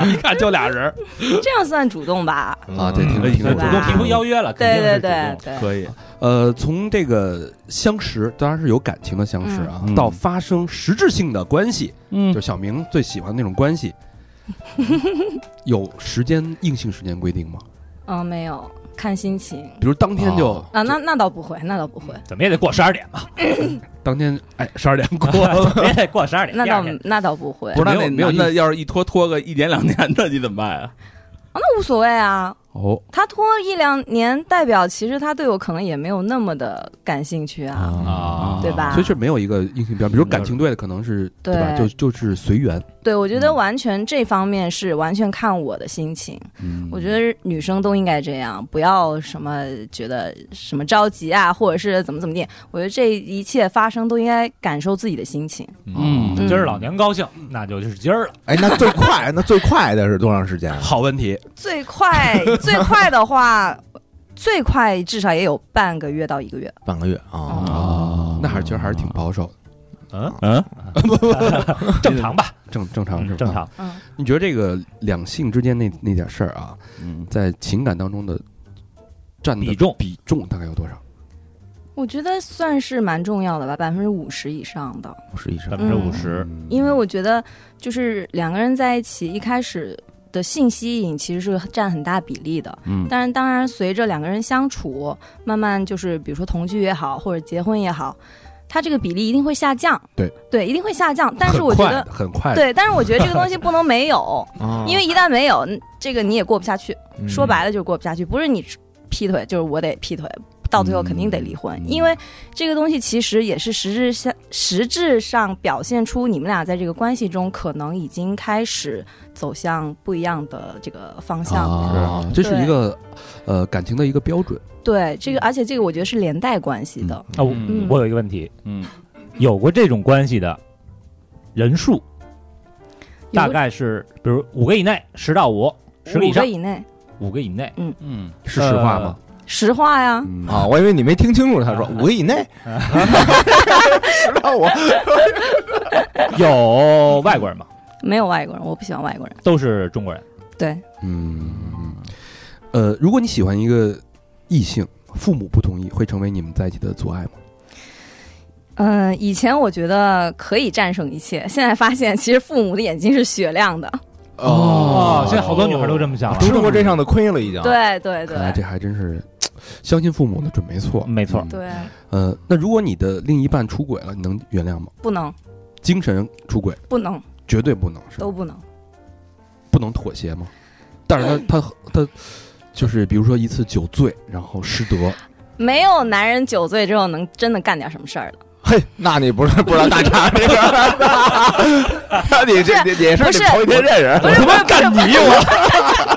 [SPEAKER 1] 一看就俩人
[SPEAKER 4] 这样算主动吧？
[SPEAKER 1] 啊，对，挺挺
[SPEAKER 2] 哎嗯主
[SPEAKER 4] 吧
[SPEAKER 2] 动提出邀约了，
[SPEAKER 4] 对
[SPEAKER 2] 肯定
[SPEAKER 4] 对
[SPEAKER 2] 是
[SPEAKER 4] 对
[SPEAKER 2] 主
[SPEAKER 4] 对，
[SPEAKER 5] 可以，
[SPEAKER 1] 呃，从这个相识，当然是有感情的相识啊，
[SPEAKER 5] 嗯
[SPEAKER 1] 到发生实质性的关系，
[SPEAKER 5] 嗯
[SPEAKER 1] 就小明最喜欢的那种关系， 有时间硬性时间规定吗？
[SPEAKER 4] 嗯，没有，看心情
[SPEAKER 1] 比如当天就
[SPEAKER 4] 啊，那那倒不会，那倒不会，
[SPEAKER 2] 动，怎么也得过十二 点吧？
[SPEAKER 1] 当天，哎，十二点过了，
[SPEAKER 2] 怎么也得过十二点。
[SPEAKER 4] 那
[SPEAKER 2] 嗯第二
[SPEAKER 4] 倒
[SPEAKER 2] 天
[SPEAKER 4] 那倒不会，
[SPEAKER 5] 不是那那
[SPEAKER 1] 没有
[SPEAKER 5] 男的要是一拖拖个一年两年的，你怎么办啊？
[SPEAKER 4] 那无所谓啊。
[SPEAKER 1] 哦，
[SPEAKER 4] 他拖一两年，代表其实他对我可能也没有那么的感兴趣啊，
[SPEAKER 2] 啊，
[SPEAKER 4] 对 吧？
[SPEAKER 1] 所以是没有一个硬性标准，比如感情队的可能是
[SPEAKER 4] 对
[SPEAKER 1] 吧？就就是随缘，
[SPEAKER 4] 对，我觉得完全这方面是完全看我的心情。
[SPEAKER 1] 嗯
[SPEAKER 4] 我觉得女生都应该这样，不要什么觉得什么着急啊，或者是怎么怎么地。我觉得这一切发生都应该感受自己的心情。
[SPEAKER 1] 嗯
[SPEAKER 4] 嗯
[SPEAKER 2] 今儿老娘高兴，那就就是今儿了。
[SPEAKER 3] 哎，那最快那最快的是多长时间？啊
[SPEAKER 1] 好问题，
[SPEAKER 4] 最快最快的话，最快至少也有半个月到一个月。
[SPEAKER 3] 半个月啊，
[SPEAKER 1] 啊，那还是其实还是挺保守的，
[SPEAKER 2] 嗯
[SPEAKER 5] 嗯，
[SPEAKER 1] 嗯
[SPEAKER 2] 正常吧，
[SPEAKER 1] 正正常是吧？
[SPEAKER 2] 嗯正。常。
[SPEAKER 4] 嗯，
[SPEAKER 1] 你觉得这个两性之间那那点事儿啊，
[SPEAKER 5] 嗯
[SPEAKER 1] 在情感当中的占的
[SPEAKER 2] 比重
[SPEAKER 1] 比重大概有多少？
[SPEAKER 4] 我觉得算是蛮重要的吧，百分之五十以上的。
[SPEAKER 3] 五十以上
[SPEAKER 2] 百分之五十，
[SPEAKER 1] 嗯
[SPEAKER 4] 因为我觉得就是两个人在一起一开始的性吸引其实是占很大比例的，
[SPEAKER 1] 嗯
[SPEAKER 4] 但是当然随着两个人相处，慢慢就是比如说同居也好，或者结婚也好，它这个比例一定会下降。
[SPEAKER 1] 对
[SPEAKER 4] 对，一定会下降。但是我
[SPEAKER 1] 很
[SPEAKER 4] 觉
[SPEAKER 1] 快
[SPEAKER 4] 得
[SPEAKER 1] 的，哎很快的，
[SPEAKER 4] 对，但是我觉得这个东西不能 没有，
[SPEAKER 3] 啊
[SPEAKER 4] 因为一旦没有，嗯这个你也过不下去。
[SPEAKER 3] 为
[SPEAKER 4] 说白了就是过不下去，不是你劈腿，就是我得劈腿，到最后肯定得离婚，因为这个东西其实也是实质上实质上表现出你们俩在这个关系中可能已经开始走向不一样的这个方向了。
[SPEAKER 1] 啊，这是
[SPEAKER 4] 对
[SPEAKER 1] 一个呃感情的一个标准。
[SPEAKER 4] 对这个，而且这个我觉得是连带关系的。
[SPEAKER 2] 啊，我
[SPEAKER 4] 嗯
[SPEAKER 2] 我有一个问题，
[SPEAKER 5] 嗯，
[SPEAKER 2] 有过这种关系的人数
[SPEAKER 4] 有
[SPEAKER 2] 大概是，比如五个以内，十到五，十个以
[SPEAKER 4] 五
[SPEAKER 2] 上
[SPEAKER 4] 个，以内，
[SPEAKER 2] 五个以 内，
[SPEAKER 5] 嗯，
[SPEAKER 1] 是实话吗？
[SPEAKER 4] 实话呀，
[SPEAKER 1] 嗯
[SPEAKER 3] 啊，，我以为你没听清楚，他说五个以内， 知道我
[SPEAKER 2] 有外国人吗？
[SPEAKER 4] 没有外国人，我不喜欢外国人。
[SPEAKER 2] 都是中国人。
[SPEAKER 4] 对，
[SPEAKER 1] 嗯，呃，如果你喜欢一个异性，父母不同意，会成为你们在一起的阻碍吗？
[SPEAKER 4] 嗯、以前我觉得可以战胜一切，现在发现其实父母的眼睛是雪亮的。
[SPEAKER 1] 哦
[SPEAKER 2] 现在好多女孩都这么想了。
[SPEAKER 3] 吃
[SPEAKER 4] 啊
[SPEAKER 3] 过这上的亏了已经。，
[SPEAKER 4] 对对对
[SPEAKER 1] 看来这还真是相信父母的准没错，
[SPEAKER 2] 没错
[SPEAKER 1] 嗯。
[SPEAKER 4] 对，
[SPEAKER 1] 呃，那如果你的另一半出轨了，你能原谅吗？
[SPEAKER 4] 不能
[SPEAKER 1] 精神出轨
[SPEAKER 4] 不能
[SPEAKER 1] 绝对不能，是吧
[SPEAKER 4] 都不能。
[SPEAKER 1] 不能妥协吗？但是他他他就是比如说一次酒醉，然后失德，
[SPEAKER 4] 没有男人酒醉之后能真的干点什么事儿的，
[SPEAKER 3] 嘿，那你不是不知道大肠这个， 那你这你也是
[SPEAKER 4] 不
[SPEAKER 3] 你
[SPEAKER 4] 是
[SPEAKER 3] 头一天认识，
[SPEAKER 4] 不是不是干你我，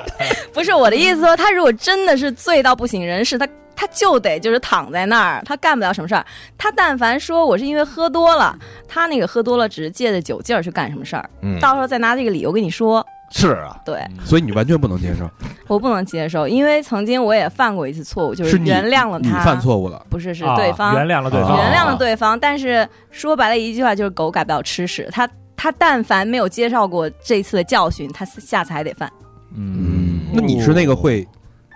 [SPEAKER 4] 不是 我的意思说，他如果真的是醉到不省人事，他他就得就是躺在那儿，他干不了什么事儿。他但凡说我是因为喝多了，他那个喝多了只是借着酒劲儿去干什么事儿，
[SPEAKER 3] 嗯
[SPEAKER 4] 到时候再拿这个理由跟你说，
[SPEAKER 3] 是 啊，
[SPEAKER 4] 对
[SPEAKER 1] 所以你完全不能接 受，
[SPEAKER 4] 我不能接受，因为曾经我也犯过一次错误，就是
[SPEAKER 1] 是你
[SPEAKER 4] 原谅了
[SPEAKER 1] 你
[SPEAKER 4] 他，
[SPEAKER 1] 犯错误了，
[SPEAKER 4] 不是是
[SPEAKER 2] 啊
[SPEAKER 4] 对方、
[SPEAKER 2] 原谅了对方，
[SPEAKER 1] 哦
[SPEAKER 4] 原谅了对方，但是说白了一句话就是狗改不了吃屎，他他但凡没有接受过这次的教训，他下次还得犯。
[SPEAKER 1] 嗯，那你是那个会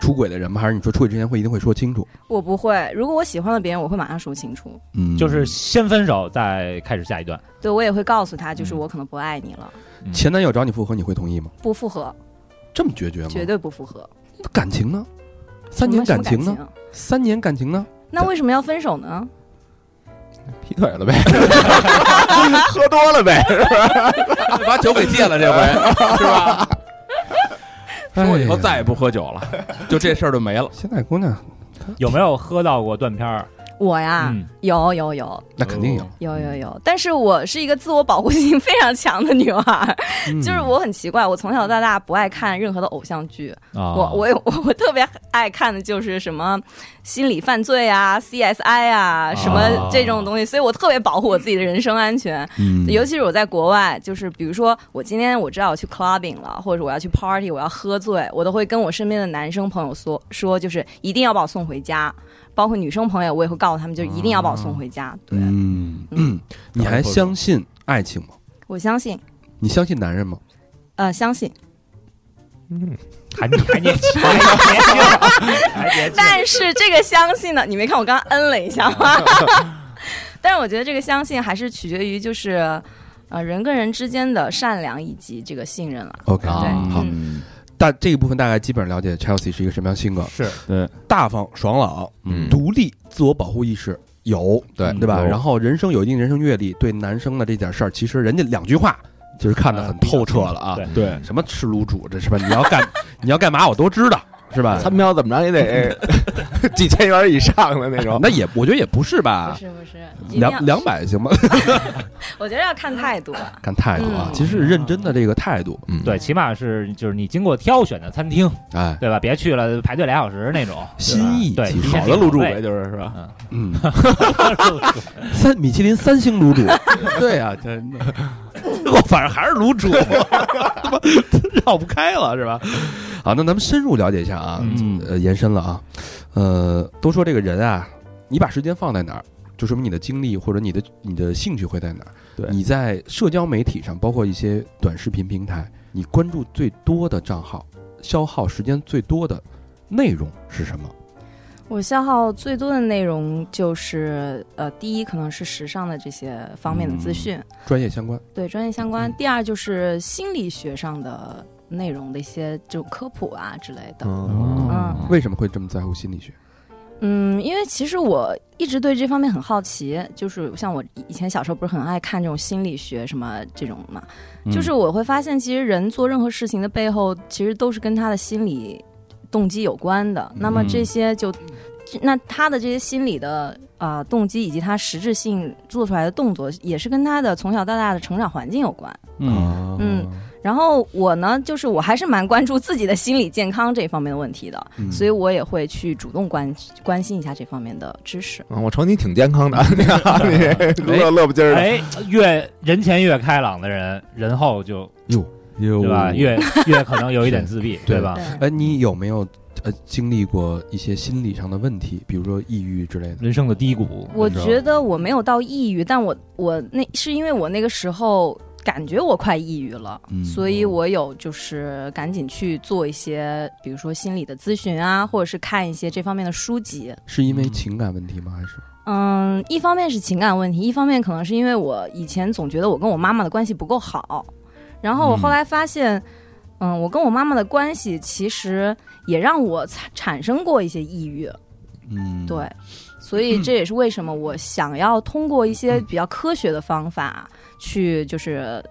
[SPEAKER 1] 出轨的人吗？还是你说出轨之前会一定会说清楚？
[SPEAKER 4] 我不会，如果我喜欢了别人，我会马上说清楚，
[SPEAKER 1] 嗯
[SPEAKER 2] 就是先分手再开始下一段。
[SPEAKER 4] 对我也会告诉他，
[SPEAKER 1] 嗯
[SPEAKER 4] 就是我可能不爱你了，
[SPEAKER 1] 前男友找你复合，你会同意吗？
[SPEAKER 4] 不复合，
[SPEAKER 1] 这么决绝吗？
[SPEAKER 4] 绝对不复合。
[SPEAKER 1] 那感情呢？三年
[SPEAKER 4] 什么
[SPEAKER 1] 感
[SPEAKER 4] 什么
[SPEAKER 1] 情呢？三年感情呢？
[SPEAKER 4] 那为什么要分手呢？
[SPEAKER 3] 劈腿了呗，喝多了呗，
[SPEAKER 5] 把酒给戒了这回，是吧？
[SPEAKER 1] 哎
[SPEAKER 5] 说我以后
[SPEAKER 1] 呀
[SPEAKER 5] 再也不喝酒了，就这事儿就没了。
[SPEAKER 1] 现在姑娘
[SPEAKER 2] 有没有喝到过断片儿？
[SPEAKER 4] 我呀，
[SPEAKER 2] 嗯
[SPEAKER 4] 有有有
[SPEAKER 1] 那肯定有，
[SPEAKER 5] 哦
[SPEAKER 4] 有有
[SPEAKER 1] 嗯
[SPEAKER 4] 有，但是我是一个自我保护心非常强的女孩，
[SPEAKER 1] 嗯
[SPEAKER 4] 就是我很奇怪，我从小到大不爱看任何的偶像剧，
[SPEAKER 2] 啊，
[SPEAKER 4] 我我有我我特别爱看的就是什么心理犯罪啊、CSI 啊，什么这种东西，所以我特别保护我自己的人身安全。
[SPEAKER 1] 嗯
[SPEAKER 4] 尤其是我在国外，就是比如说我今天我知道我去 clubbing 了，或者我要去 party，我要喝醉，我都会跟我身边的男生朋友说说，就是一定要把我送回家。包括女生朋友，我也会告诉他们，就是一定要把我送回家。对、
[SPEAKER 1] 嗯嗯，你还相信爱情吗？
[SPEAKER 4] 我相信，
[SPEAKER 1] 你相信男人吗？
[SPEAKER 4] 呃，相信。
[SPEAKER 2] 还还年轻，还年轻，还年轻。
[SPEAKER 4] 但是这个相信呢，你没看我刚刚嗯了一下吗？ 但是我觉得这个相信还是取决于就是，呃，人跟人之间的善良以及这个信任了。
[SPEAKER 1] OK，
[SPEAKER 4] 对，
[SPEAKER 1] 啊好，
[SPEAKER 4] 嗯，
[SPEAKER 1] 大这一部分大概基本上了解 Chelsea 是一个什么样性格，
[SPEAKER 2] 是
[SPEAKER 1] 大方、爽朗、
[SPEAKER 3] 嗯
[SPEAKER 1] 独立、自我保护意识有，
[SPEAKER 3] 对
[SPEAKER 1] 对吧？
[SPEAKER 3] 有
[SPEAKER 1] 然后人生有一定人生阅历，对男生的这点事儿，其实人家两句话就是看
[SPEAKER 3] 哎
[SPEAKER 1] 得很透彻了啊。
[SPEAKER 2] 呃对
[SPEAKER 5] 对，
[SPEAKER 1] 什么吃卤煮这是吧？你要干 你要干嘛我都知道，是吧？
[SPEAKER 3] 餐标怎么着也得几千元以上的那种。
[SPEAKER 1] 那也我觉得也不是
[SPEAKER 4] 不
[SPEAKER 1] 吧，
[SPEAKER 4] 是不是，一定要
[SPEAKER 1] 两两百行吗？
[SPEAKER 4] 我觉得要看态度。
[SPEAKER 1] 看态度啊，
[SPEAKER 4] 嗯
[SPEAKER 1] 其实是认真的这个态度，
[SPEAKER 3] 嗯
[SPEAKER 2] 对，起码是就是你经过挑选的餐厅，
[SPEAKER 1] 哎，
[SPEAKER 2] 对吧？别去了排队俩小时那种。
[SPEAKER 1] 心意
[SPEAKER 2] 对
[SPEAKER 1] 其实
[SPEAKER 2] 对
[SPEAKER 1] 好
[SPEAKER 5] 好
[SPEAKER 1] 的
[SPEAKER 5] 的
[SPEAKER 1] 卤
[SPEAKER 5] 卤
[SPEAKER 1] 煮
[SPEAKER 5] 煮
[SPEAKER 1] 呗，
[SPEAKER 3] 哎
[SPEAKER 5] 呗，就是是吧？
[SPEAKER 1] 嗯， 三米其林三星卤煮，
[SPEAKER 5] 对呀，真的。
[SPEAKER 1] 我反正还是卤煮，他妈 绕不开了是吧？好，那咱们深入了解一下啊，
[SPEAKER 2] 嗯
[SPEAKER 1] 呃，延伸了啊，呃，都说这个人啊，你把时间放在哪儿，就说明你的精力或者你的你的兴趣会在哪儿。
[SPEAKER 5] 对
[SPEAKER 1] 你在社交媒体上，包括一些短视频平台，你关注最多的账号，消耗时间最多的内容是什么？
[SPEAKER 4] 我消耗最多的内容就是，呃，第一可能是时尚的这些方面的资讯，
[SPEAKER 1] 专业相关。
[SPEAKER 4] 对专业相关；第二就是心理学上的内容的一些这种科普啊之类的。
[SPEAKER 3] 嗯
[SPEAKER 4] 嗯
[SPEAKER 1] 为什么会这么在乎心理学？
[SPEAKER 4] 嗯，因为其实我一直对这方面很好奇，就是像我以前小时候不是很爱看这种心理学什么这种嘛，
[SPEAKER 1] 嗯
[SPEAKER 5] 嗯
[SPEAKER 4] 就是我会发现，其实人做任何事情的背后，其实都是跟他的心理动机有关的。那么这些就，那他的这些心理的啊、呃动机以及他实质性做出来的动作，也是跟他的从小到大的成长环境有关。
[SPEAKER 2] 嗯
[SPEAKER 4] 嗯，然后我呢，就是我还是蛮关注自己的心理健康这方面的问题的，
[SPEAKER 1] 嗯
[SPEAKER 4] 所以我也会去主动关关心一下这方面的知识。
[SPEAKER 3] 啊，我瞅你挺健康的，你你 乐乐不劲儿的，
[SPEAKER 2] 哎，越人前越开朗的人，人后就
[SPEAKER 1] 有
[SPEAKER 2] 对吧？越越可能有一点自闭，
[SPEAKER 1] 对
[SPEAKER 2] 对吧？
[SPEAKER 4] 对，
[SPEAKER 1] 哎，你有没有呃经历过一些心理上的问题，比如说抑郁之类的？
[SPEAKER 2] 人生的低谷，
[SPEAKER 4] 我
[SPEAKER 1] 你知道
[SPEAKER 4] 觉得我没有到抑郁，但我我那是因为我那个时候感觉我快抑郁了，
[SPEAKER 1] 嗯
[SPEAKER 4] 所以我有就是赶紧去做一些，比如说心理的咨询啊，或者是看一些这方面的书籍。
[SPEAKER 1] 是因为情感问题吗？还是
[SPEAKER 4] 嗯，一方面是情感问题，一方面可能是因为我以前总觉得我跟我妈妈的关系不够好，然后我后来发现，嗯，我跟我妈妈的关系其实也让我产产生过一些抑郁，
[SPEAKER 1] 嗯，
[SPEAKER 4] 对，所以这也是为什么我想要通过一些比较科学的方法去，就是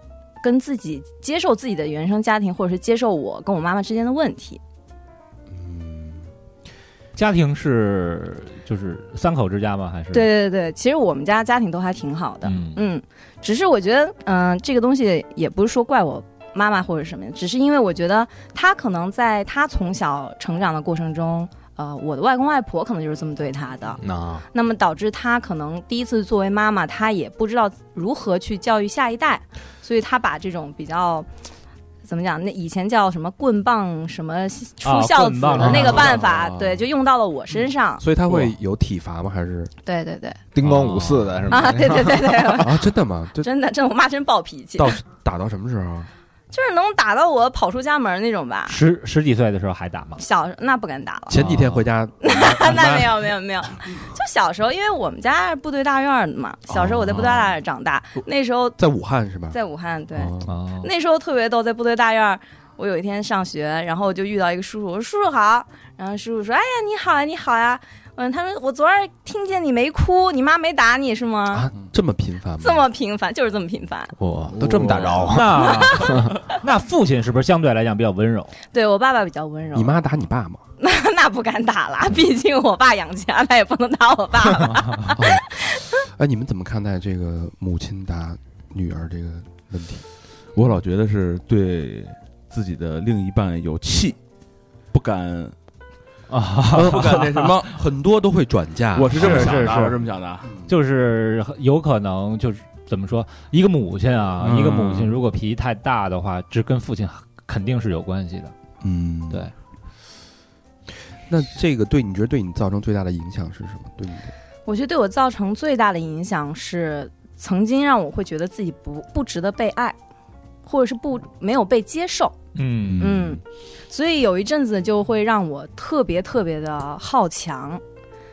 [SPEAKER 4] 跟自己接受自己的原生家庭，或者是接受我跟我妈妈之间的问题。
[SPEAKER 2] 家庭是就是三口之家吗？还是
[SPEAKER 4] 对对对，其实我们家家庭都还挺好的，
[SPEAKER 2] 嗯
[SPEAKER 4] 嗯，只是我觉得，嗯、这个东西也不是说怪我妈妈或者什么的，只是因为我觉得她可能在她从小成长的过程中，呃，我的外公外婆可能就是这么对她的，
[SPEAKER 3] 那
[SPEAKER 4] 那么导致她可能第一次作为妈妈，她也不知道如何去教育下一代，所以她把这种比较。怎么讲？那以前叫什么棍棒什么出孝
[SPEAKER 2] 棍
[SPEAKER 4] 子的
[SPEAKER 2] 棒
[SPEAKER 4] 那个办法，
[SPEAKER 1] 啊嗯
[SPEAKER 4] 对，就用到了我身上。
[SPEAKER 1] 所以他会有体罚吗？还是
[SPEAKER 4] 对对对，
[SPEAKER 3] 叮咣五四的是吗？
[SPEAKER 4] 啊，对对对对，
[SPEAKER 1] 啊，真的吗？ 这
[SPEAKER 4] 真的，真的，我妈真暴脾气，
[SPEAKER 1] 到打到什么时
[SPEAKER 4] 哦
[SPEAKER 1] 候？
[SPEAKER 4] 就是能打到我跑出家门那种吧。
[SPEAKER 2] 十十几岁的时候还打吗？
[SPEAKER 4] 小那不敢打 了，
[SPEAKER 1] 前几天回家，
[SPEAKER 4] 那没有没有没有，就小时候，因为我们家是部队大院儿的嘛，小时候我在部队大院儿长大，那时候
[SPEAKER 1] 在武汉是吧？
[SPEAKER 4] 在武汉，对，
[SPEAKER 1] 哦
[SPEAKER 2] 哦，
[SPEAKER 4] 那时候特别逗，在部队大院儿，我有一天上学，然后就遇到一个叔叔，我说叔叔好，然后叔叔说，哎呀你好呀你好呀，嗯，他说我昨儿听见你没哭，你妈没打你是吗？
[SPEAKER 1] 啊，这么频繁吗？
[SPEAKER 4] 这么频繁，就是这么频繁。
[SPEAKER 3] 哇，都这么打招
[SPEAKER 1] 啊
[SPEAKER 3] 呼，
[SPEAKER 2] 那 那父亲是不是相对来讲比较温柔？
[SPEAKER 4] 对我爸爸比较温柔
[SPEAKER 1] 你，妈打你爸吗？
[SPEAKER 4] 那不敢打啦， 毕竟我爸养家，他也不能打我爸 爸。
[SPEAKER 1] 哦哎，你们怎么看待这个母亲打女儿这个问 题？
[SPEAKER 5] 我老觉得是对自己的另一半有气，不敢，
[SPEAKER 1] 不敢那什么， 很多都会转嫁。
[SPEAKER 5] 我是这么想
[SPEAKER 2] 是
[SPEAKER 5] 的
[SPEAKER 2] 是
[SPEAKER 5] 啊，
[SPEAKER 2] 是
[SPEAKER 5] 我是这么想的啊。
[SPEAKER 2] 就是有可能就是怎么说，一个母亲啊，
[SPEAKER 5] 嗯
[SPEAKER 2] 一个母亲如果脾气太大的话，这跟父亲肯定是有关系的。
[SPEAKER 1] 嗯，
[SPEAKER 2] 对。
[SPEAKER 1] 那这个对你觉得对你造成最大的影响是什么？对你的
[SPEAKER 4] 我觉得对我造成最大的影响是，曾经让我会觉得自己不不值得被爱，或者是不没有被接受。
[SPEAKER 2] 嗯
[SPEAKER 4] 嗯，所以有一阵子就会让我特别特别的好强，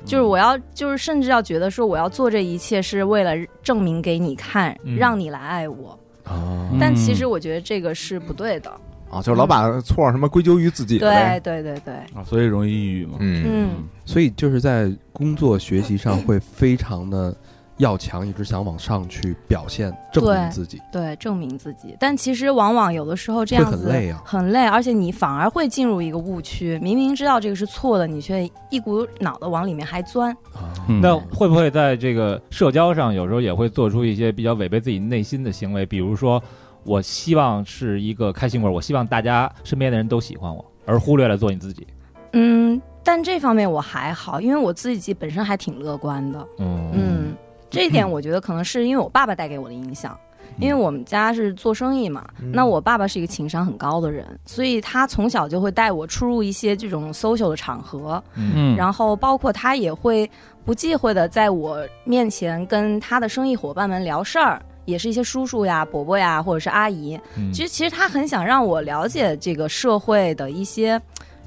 [SPEAKER 4] 就是
[SPEAKER 2] 嗯
[SPEAKER 4] 我要就是甚至要觉得说我要做这一切是为了证明给你看，
[SPEAKER 2] 嗯
[SPEAKER 4] 让你来爱我。
[SPEAKER 1] 啊
[SPEAKER 2] 嗯
[SPEAKER 4] 但其实我觉得这个是不对的。
[SPEAKER 3] 啊，就是老把错什么归咎于自己
[SPEAKER 4] 对
[SPEAKER 3] 呗，
[SPEAKER 4] 对对对，
[SPEAKER 5] 啊，所以容易抑郁嘛。
[SPEAKER 3] 嗯，
[SPEAKER 4] 嗯，
[SPEAKER 1] 所以就是在工作学习上会非常的要强，一直想往上去表现，证明
[SPEAKER 4] 对
[SPEAKER 1] 自己。
[SPEAKER 4] 对，证明自己。但其实往往有的时候这样
[SPEAKER 1] 会
[SPEAKER 4] 子
[SPEAKER 1] 很累
[SPEAKER 2] 嗯
[SPEAKER 1] 啊
[SPEAKER 4] 很累而且你反而会进入一个误区，明明知道这个是错的，你却一股脑的往里面还钻。
[SPEAKER 1] 啊，
[SPEAKER 5] 嗯
[SPEAKER 2] 那会不会在这个社交上，有时候也会做出一些比较违背自己内心的行为？比如说，我希望是一个开心果，我希望大家身边的人都喜欢我，而忽略了做你自己。
[SPEAKER 4] 嗯，但这方面我还好，因为我自己本身还挺乐观的。
[SPEAKER 2] 嗯嗯
[SPEAKER 4] 嗯，这一点我觉得可能是因为我爸爸带给我的影响。因为我们家是做生意嘛，那我爸爸是一个情商很高的人，所以他从小就会带我出入一些这种 social 的场合，
[SPEAKER 2] 嗯
[SPEAKER 4] 然后包括他也会不忌讳的在我面前跟他的生意伙伴们聊事儿，也是一些叔叔呀、伯伯呀，或者是阿姨。
[SPEAKER 2] 嗯
[SPEAKER 4] 其实，其实他很想让我了解这个社会的一些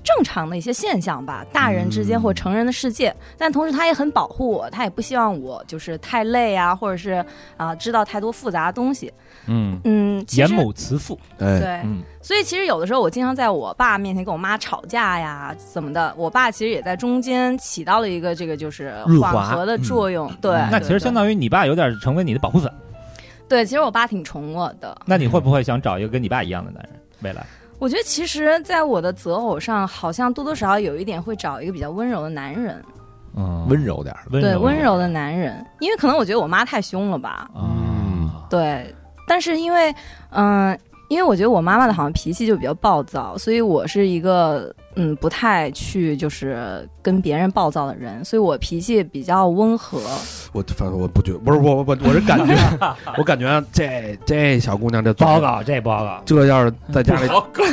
[SPEAKER 4] 正常的一些现象吧，大人之间或成人的世界。但同时，他也很保护我，他也不希望我就是太累啊，或者是啊、知道太多复杂的东西。
[SPEAKER 2] 嗯，
[SPEAKER 4] 嗯，其
[SPEAKER 2] 严
[SPEAKER 4] 实
[SPEAKER 2] 某慈父，
[SPEAKER 1] 哎，
[SPEAKER 4] 对，
[SPEAKER 2] 嗯
[SPEAKER 4] 所以其实有的时候我经常在我爸面前跟我妈吵架呀，怎么的，我爸其实也在中间起到了一个这个就是
[SPEAKER 3] 润滑
[SPEAKER 4] 缓和的作用。对，
[SPEAKER 2] 嗯
[SPEAKER 4] 嗯
[SPEAKER 2] 那其实相
[SPEAKER 4] 于
[SPEAKER 2] 当于你爸有点成为你的保护伞。
[SPEAKER 4] 对，其实我爸挺宠我的。
[SPEAKER 2] 那你会不会想找一个跟你爸一样的男人？未来，
[SPEAKER 4] 我觉得其实，在我的择偶上，好像多多少少有一点会找一个比较温柔的男人，
[SPEAKER 2] 嗯
[SPEAKER 3] 温柔点儿。
[SPEAKER 2] 温
[SPEAKER 4] 对
[SPEAKER 2] 柔
[SPEAKER 4] 温柔的男人，因为可能我觉得我妈太凶了吧，
[SPEAKER 1] 嗯
[SPEAKER 2] 啊，
[SPEAKER 4] 对，但是因为，嗯、因为我觉得我妈妈的好像脾气就比较暴躁，所以我是一个嗯不太去就是跟别人暴躁的人，所以我脾气比较温和。
[SPEAKER 1] 我反正我不觉，不是我我我我是感觉，我感觉啊这这小姑娘这
[SPEAKER 2] 不
[SPEAKER 1] 嘴
[SPEAKER 2] 好，搞，这不好搞。
[SPEAKER 1] 这要是在家里，
[SPEAKER 2] 嗯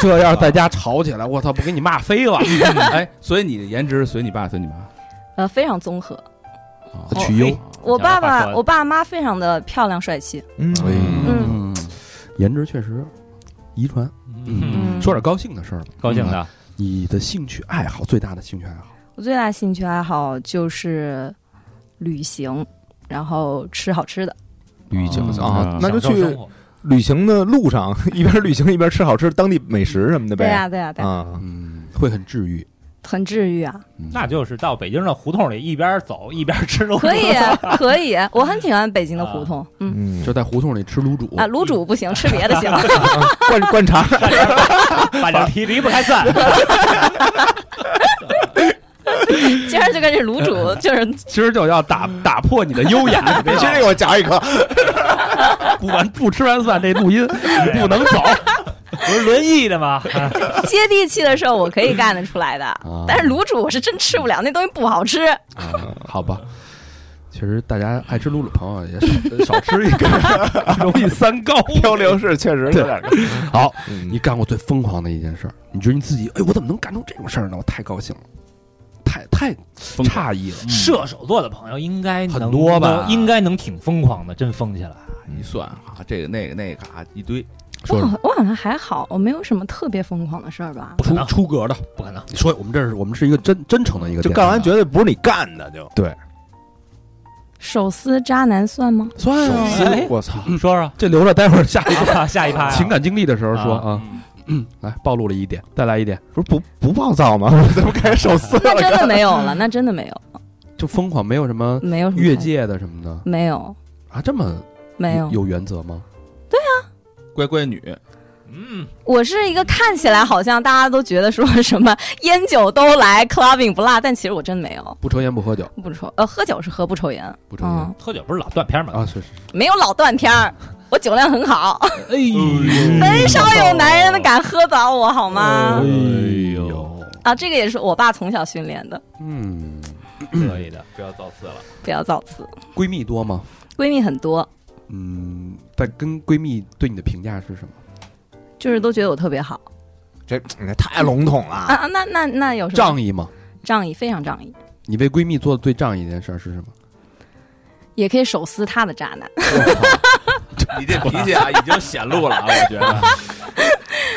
[SPEAKER 1] 这要是在家吵起来，我操，不给你骂飞了。
[SPEAKER 5] 哎，所以你的颜值随你爸随你妈，
[SPEAKER 4] 呃，非常综
[SPEAKER 2] 哦
[SPEAKER 4] 合。
[SPEAKER 5] 啊
[SPEAKER 1] 取优
[SPEAKER 5] 哎
[SPEAKER 4] 我爸
[SPEAKER 2] 想要
[SPEAKER 4] 爸
[SPEAKER 2] 发，说
[SPEAKER 4] 我爸妈非常的漂亮帅气。
[SPEAKER 3] 嗯
[SPEAKER 1] 哎
[SPEAKER 5] 嗯，
[SPEAKER 1] 颜值确实遗传。
[SPEAKER 2] 嗯，
[SPEAKER 4] 嗯
[SPEAKER 1] 说点高兴的事儿吧，
[SPEAKER 2] 高兴啊
[SPEAKER 1] 嗯。
[SPEAKER 2] 的，
[SPEAKER 1] 你的兴趣爱好最大的兴趣爱好，
[SPEAKER 4] 我最大兴趣爱好就是旅行，然后吃好吃的。
[SPEAKER 3] 旅行
[SPEAKER 5] 嗯
[SPEAKER 3] 啊
[SPEAKER 5] 嗯，
[SPEAKER 3] 那就
[SPEAKER 2] 享受生
[SPEAKER 3] 去
[SPEAKER 2] 活
[SPEAKER 3] 旅行的路上，一边旅行一边吃好吃当地美食什么的
[SPEAKER 4] 对呀、
[SPEAKER 3] 呗。
[SPEAKER 4] 对呀、对、
[SPEAKER 3] 啊，
[SPEAKER 1] 嗯，会很治愈。
[SPEAKER 4] 很治愈啊！
[SPEAKER 1] 嗯
[SPEAKER 2] 那就是到北京的胡同里一边走一边吃肉。
[SPEAKER 4] 可以，啊可以，我很喜欢北京的胡同。嗯
[SPEAKER 3] 嗯，
[SPEAKER 1] 就在胡同里吃卤煮
[SPEAKER 4] 啊，卤煮不行，吃别的行。
[SPEAKER 3] 观观察
[SPEAKER 2] 反正离离不开 散。
[SPEAKER 4] 今儿就跟这卤煮就是
[SPEAKER 1] 今儿就要打打破你的优雅，
[SPEAKER 3] 必须得给我夹一颗。
[SPEAKER 1] 不完不吃完饭这录音
[SPEAKER 2] 你
[SPEAKER 1] 不能走。
[SPEAKER 2] 不是轮椅的吗？
[SPEAKER 4] 接地气的时候，我可以干得出来的。但是卤煮我是真吃不了，那东西不好吃。
[SPEAKER 1] 好吧，啊其实大家爱吃卤煮朋友也少少吃一点， 容易三高。
[SPEAKER 3] 漂流是确实有点儿。
[SPEAKER 1] 好，
[SPEAKER 3] 嗯
[SPEAKER 1] 你干过最疯狂的一件事儿，你觉得你自己，哎，我怎么能干出这种事儿呢？我太高兴了，太太诧异了。
[SPEAKER 2] 射手座的朋友应该能
[SPEAKER 1] 很多吧
[SPEAKER 2] 应该能挺疯狂的，真疯起来。
[SPEAKER 5] 一算啊，这个那个那个啊，一堆，
[SPEAKER 4] 我
[SPEAKER 1] 说
[SPEAKER 4] 好，我好像还好，我没有什么特别疯狂的事儿吧。
[SPEAKER 1] 出出格的，
[SPEAKER 2] 不可能，
[SPEAKER 1] 你说我们这是我们是一个真真诚的一个
[SPEAKER 3] 就
[SPEAKER 1] 电台，
[SPEAKER 3] 干完绝对不是你干的，就
[SPEAKER 4] 手撕渣男算吗？
[SPEAKER 1] 算
[SPEAKER 3] 手
[SPEAKER 1] 啊，
[SPEAKER 3] 撕，我操！
[SPEAKER 2] 哎说说啊
[SPEAKER 1] 这留着待会儿下一个
[SPEAKER 2] 下一趴呀
[SPEAKER 1] 哎 情感经历的时候说
[SPEAKER 2] 啊
[SPEAKER 1] 啊。嗯，来暴露了一点，再来一点，
[SPEAKER 3] 不是不不暴躁吗？ 怎么开始手撕
[SPEAKER 4] 那真
[SPEAKER 3] 了？
[SPEAKER 4] 的没有了，那真的没有，
[SPEAKER 1] 就疯狂，没有什么
[SPEAKER 4] 没有什么
[SPEAKER 1] 越，界的什么的
[SPEAKER 4] 没有，
[SPEAKER 1] 啊，这么
[SPEAKER 4] 嗯没有。
[SPEAKER 1] 有原则吗？
[SPEAKER 5] 乖乖女，
[SPEAKER 2] 嗯，
[SPEAKER 4] 我是一个看起来好像大家都觉得说什么烟酒都来，clubbing 不落，但其实我真没有，
[SPEAKER 1] 不抽烟，不喝酒，
[SPEAKER 4] 不抽呃喝酒是喝，不抽烟，
[SPEAKER 1] 不抽烟
[SPEAKER 4] 嗯，
[SPEAKER 2] 喝酒不是老断片吗？
[SPEAKER 1] 啊，是是，
[SPEAKER 4] 没有老断 片儿，我酒量很好，
[SPEAKER 2] 哎呦，
[SPEAKER 1] 嗯
[SPEAKER 4] 很少有男人敢喝倒我好吗？
[SPEAKER 1] 呦，
[SPEAKER 4] 啊，这个也是我爸从小训练的，
[SPEAKER 1] 嗯，
[SPEAKER 2] 可以的，不要造次了。
[SPEAKER 4] 不要造次。
[SPEAKER 1] 闺蜜多吗？
[SPEAKER 4] 闺蜜很多，
[SPEAKER 1] 嗯，但跟闺蜜对你的评价是什么？
[SPEAKER 4] 就是都觉得我特别好
[SPEAKER 3] 这这太笼统
[SPEAKER 4] 啊
[SPEAKER 3] 了。
[SPEAKER 4] 啊！那那那有什么
[SPEAKER 1] 仗义吗？
[SPEAKER 4] 仗义，非常仗义，
[SPEAKER 1] 你为闺蜜做的最仗义的一件事儿是什 么？
[SPEAKER 4] 也可以手撕他的渣男。
[SPEAKER 5] 你这脾气啊，已经显露了啊，我 觉得。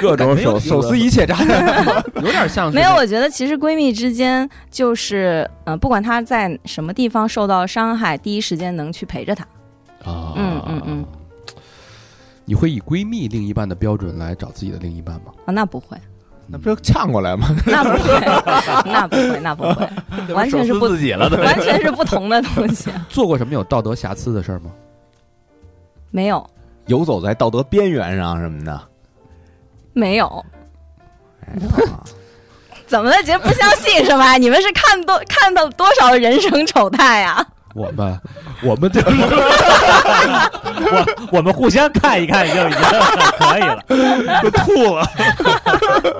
[SPEAKER 3] 各种
[SPEAKER 1] 没有
[SPEAKER 3] 手
[SPEAKER 1] 意思
[SPEAKER 3] 哎手撕一切渣男，
[SPEAKER 1] 有点啊像是
[SPEAKER 4] 没有，我觉得其实闺蜜之间就是，呃，不管她在什么地方受到伤害，第一时间能去陪着她。
[SPEAKER 1] 啊，
[SPEAKER 4] 嗯嗯嗯，
[SPEAKER 1] 你会以闺蜜另一半的标准来找自己的另一半吗？
[SPEAKER 4] 啊，那不会，
[SPEAKER 3] 那不就呛过来吗？
[SPEAKER 4] 那不会，那不会，那不 会，完全是不
[SPEAKER 5] 手撕自己了，
[SPEAKER 4] 完全是不同的东 西。
[SPEAKER 1] 做过什么有道德瑕疵的事儿吗？
[SPEAKER 4] 没有，
[SPEAKER 3] 游走在道德边缘上什么的。
[SPEAKER 4] 没有，
[SPEAKER 3] 哎呀
[SPEAKER 4] 怎么了？觉得不相信是 吧？你们是看多看到多少人生丑态啊呀、
[SPEAKER 1] 我们， 我们就是
[SPEAKER 2] 我我们互相看一看就已经可以了。
[SPEAKER 1] 都吐了。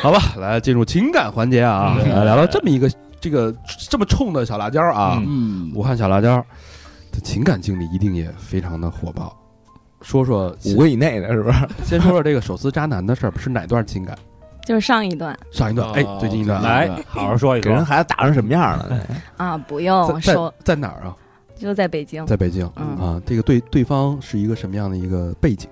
[SPEAKER 1] 好吧，来进入情感环节啊，
[SPEAKER 2] 嗯
[SPEAKER 1] 来聊聊这么一个这个这么冲的小辣椒啊，
[SPEAKER 5] 嗯，
[SPEAKER 1] 武汉小辣椒的情感经历一定也非常的火爆。说说
[SPEAKER 3] 五个以内的是不是？
[SPEAKER 1] 先说说这个手撕渣男的事儿，是哪段情感？
[SPEAKER 4] 就是上一段
[SPEAKER 1] 上一段，哎，最近一段，
[SPEAKER 2] 来，好好说一
[SPEAKER 3] 给人
[SPEAKER 2] 说。
[SPEAKER 3] 孩子打成什么样
[SPEAKER 5] 嗯
[SPEAKER 3] 了？
[SPEAKER 4] 啊，不
[SPEAKER 1] 在
[SPEAKER 4] 用
[SPEAKER 1] 在
[SPEAKER 4] 手
[SPEAKER 1] 在哪儿啊？
[SPEAKER 4] 就在北京。
[SPEAKER 1] 在北京
[SPEAKER 4] 嗯
[SPEAKER 1] 啊，这个对对方是一个什么样的一个背景？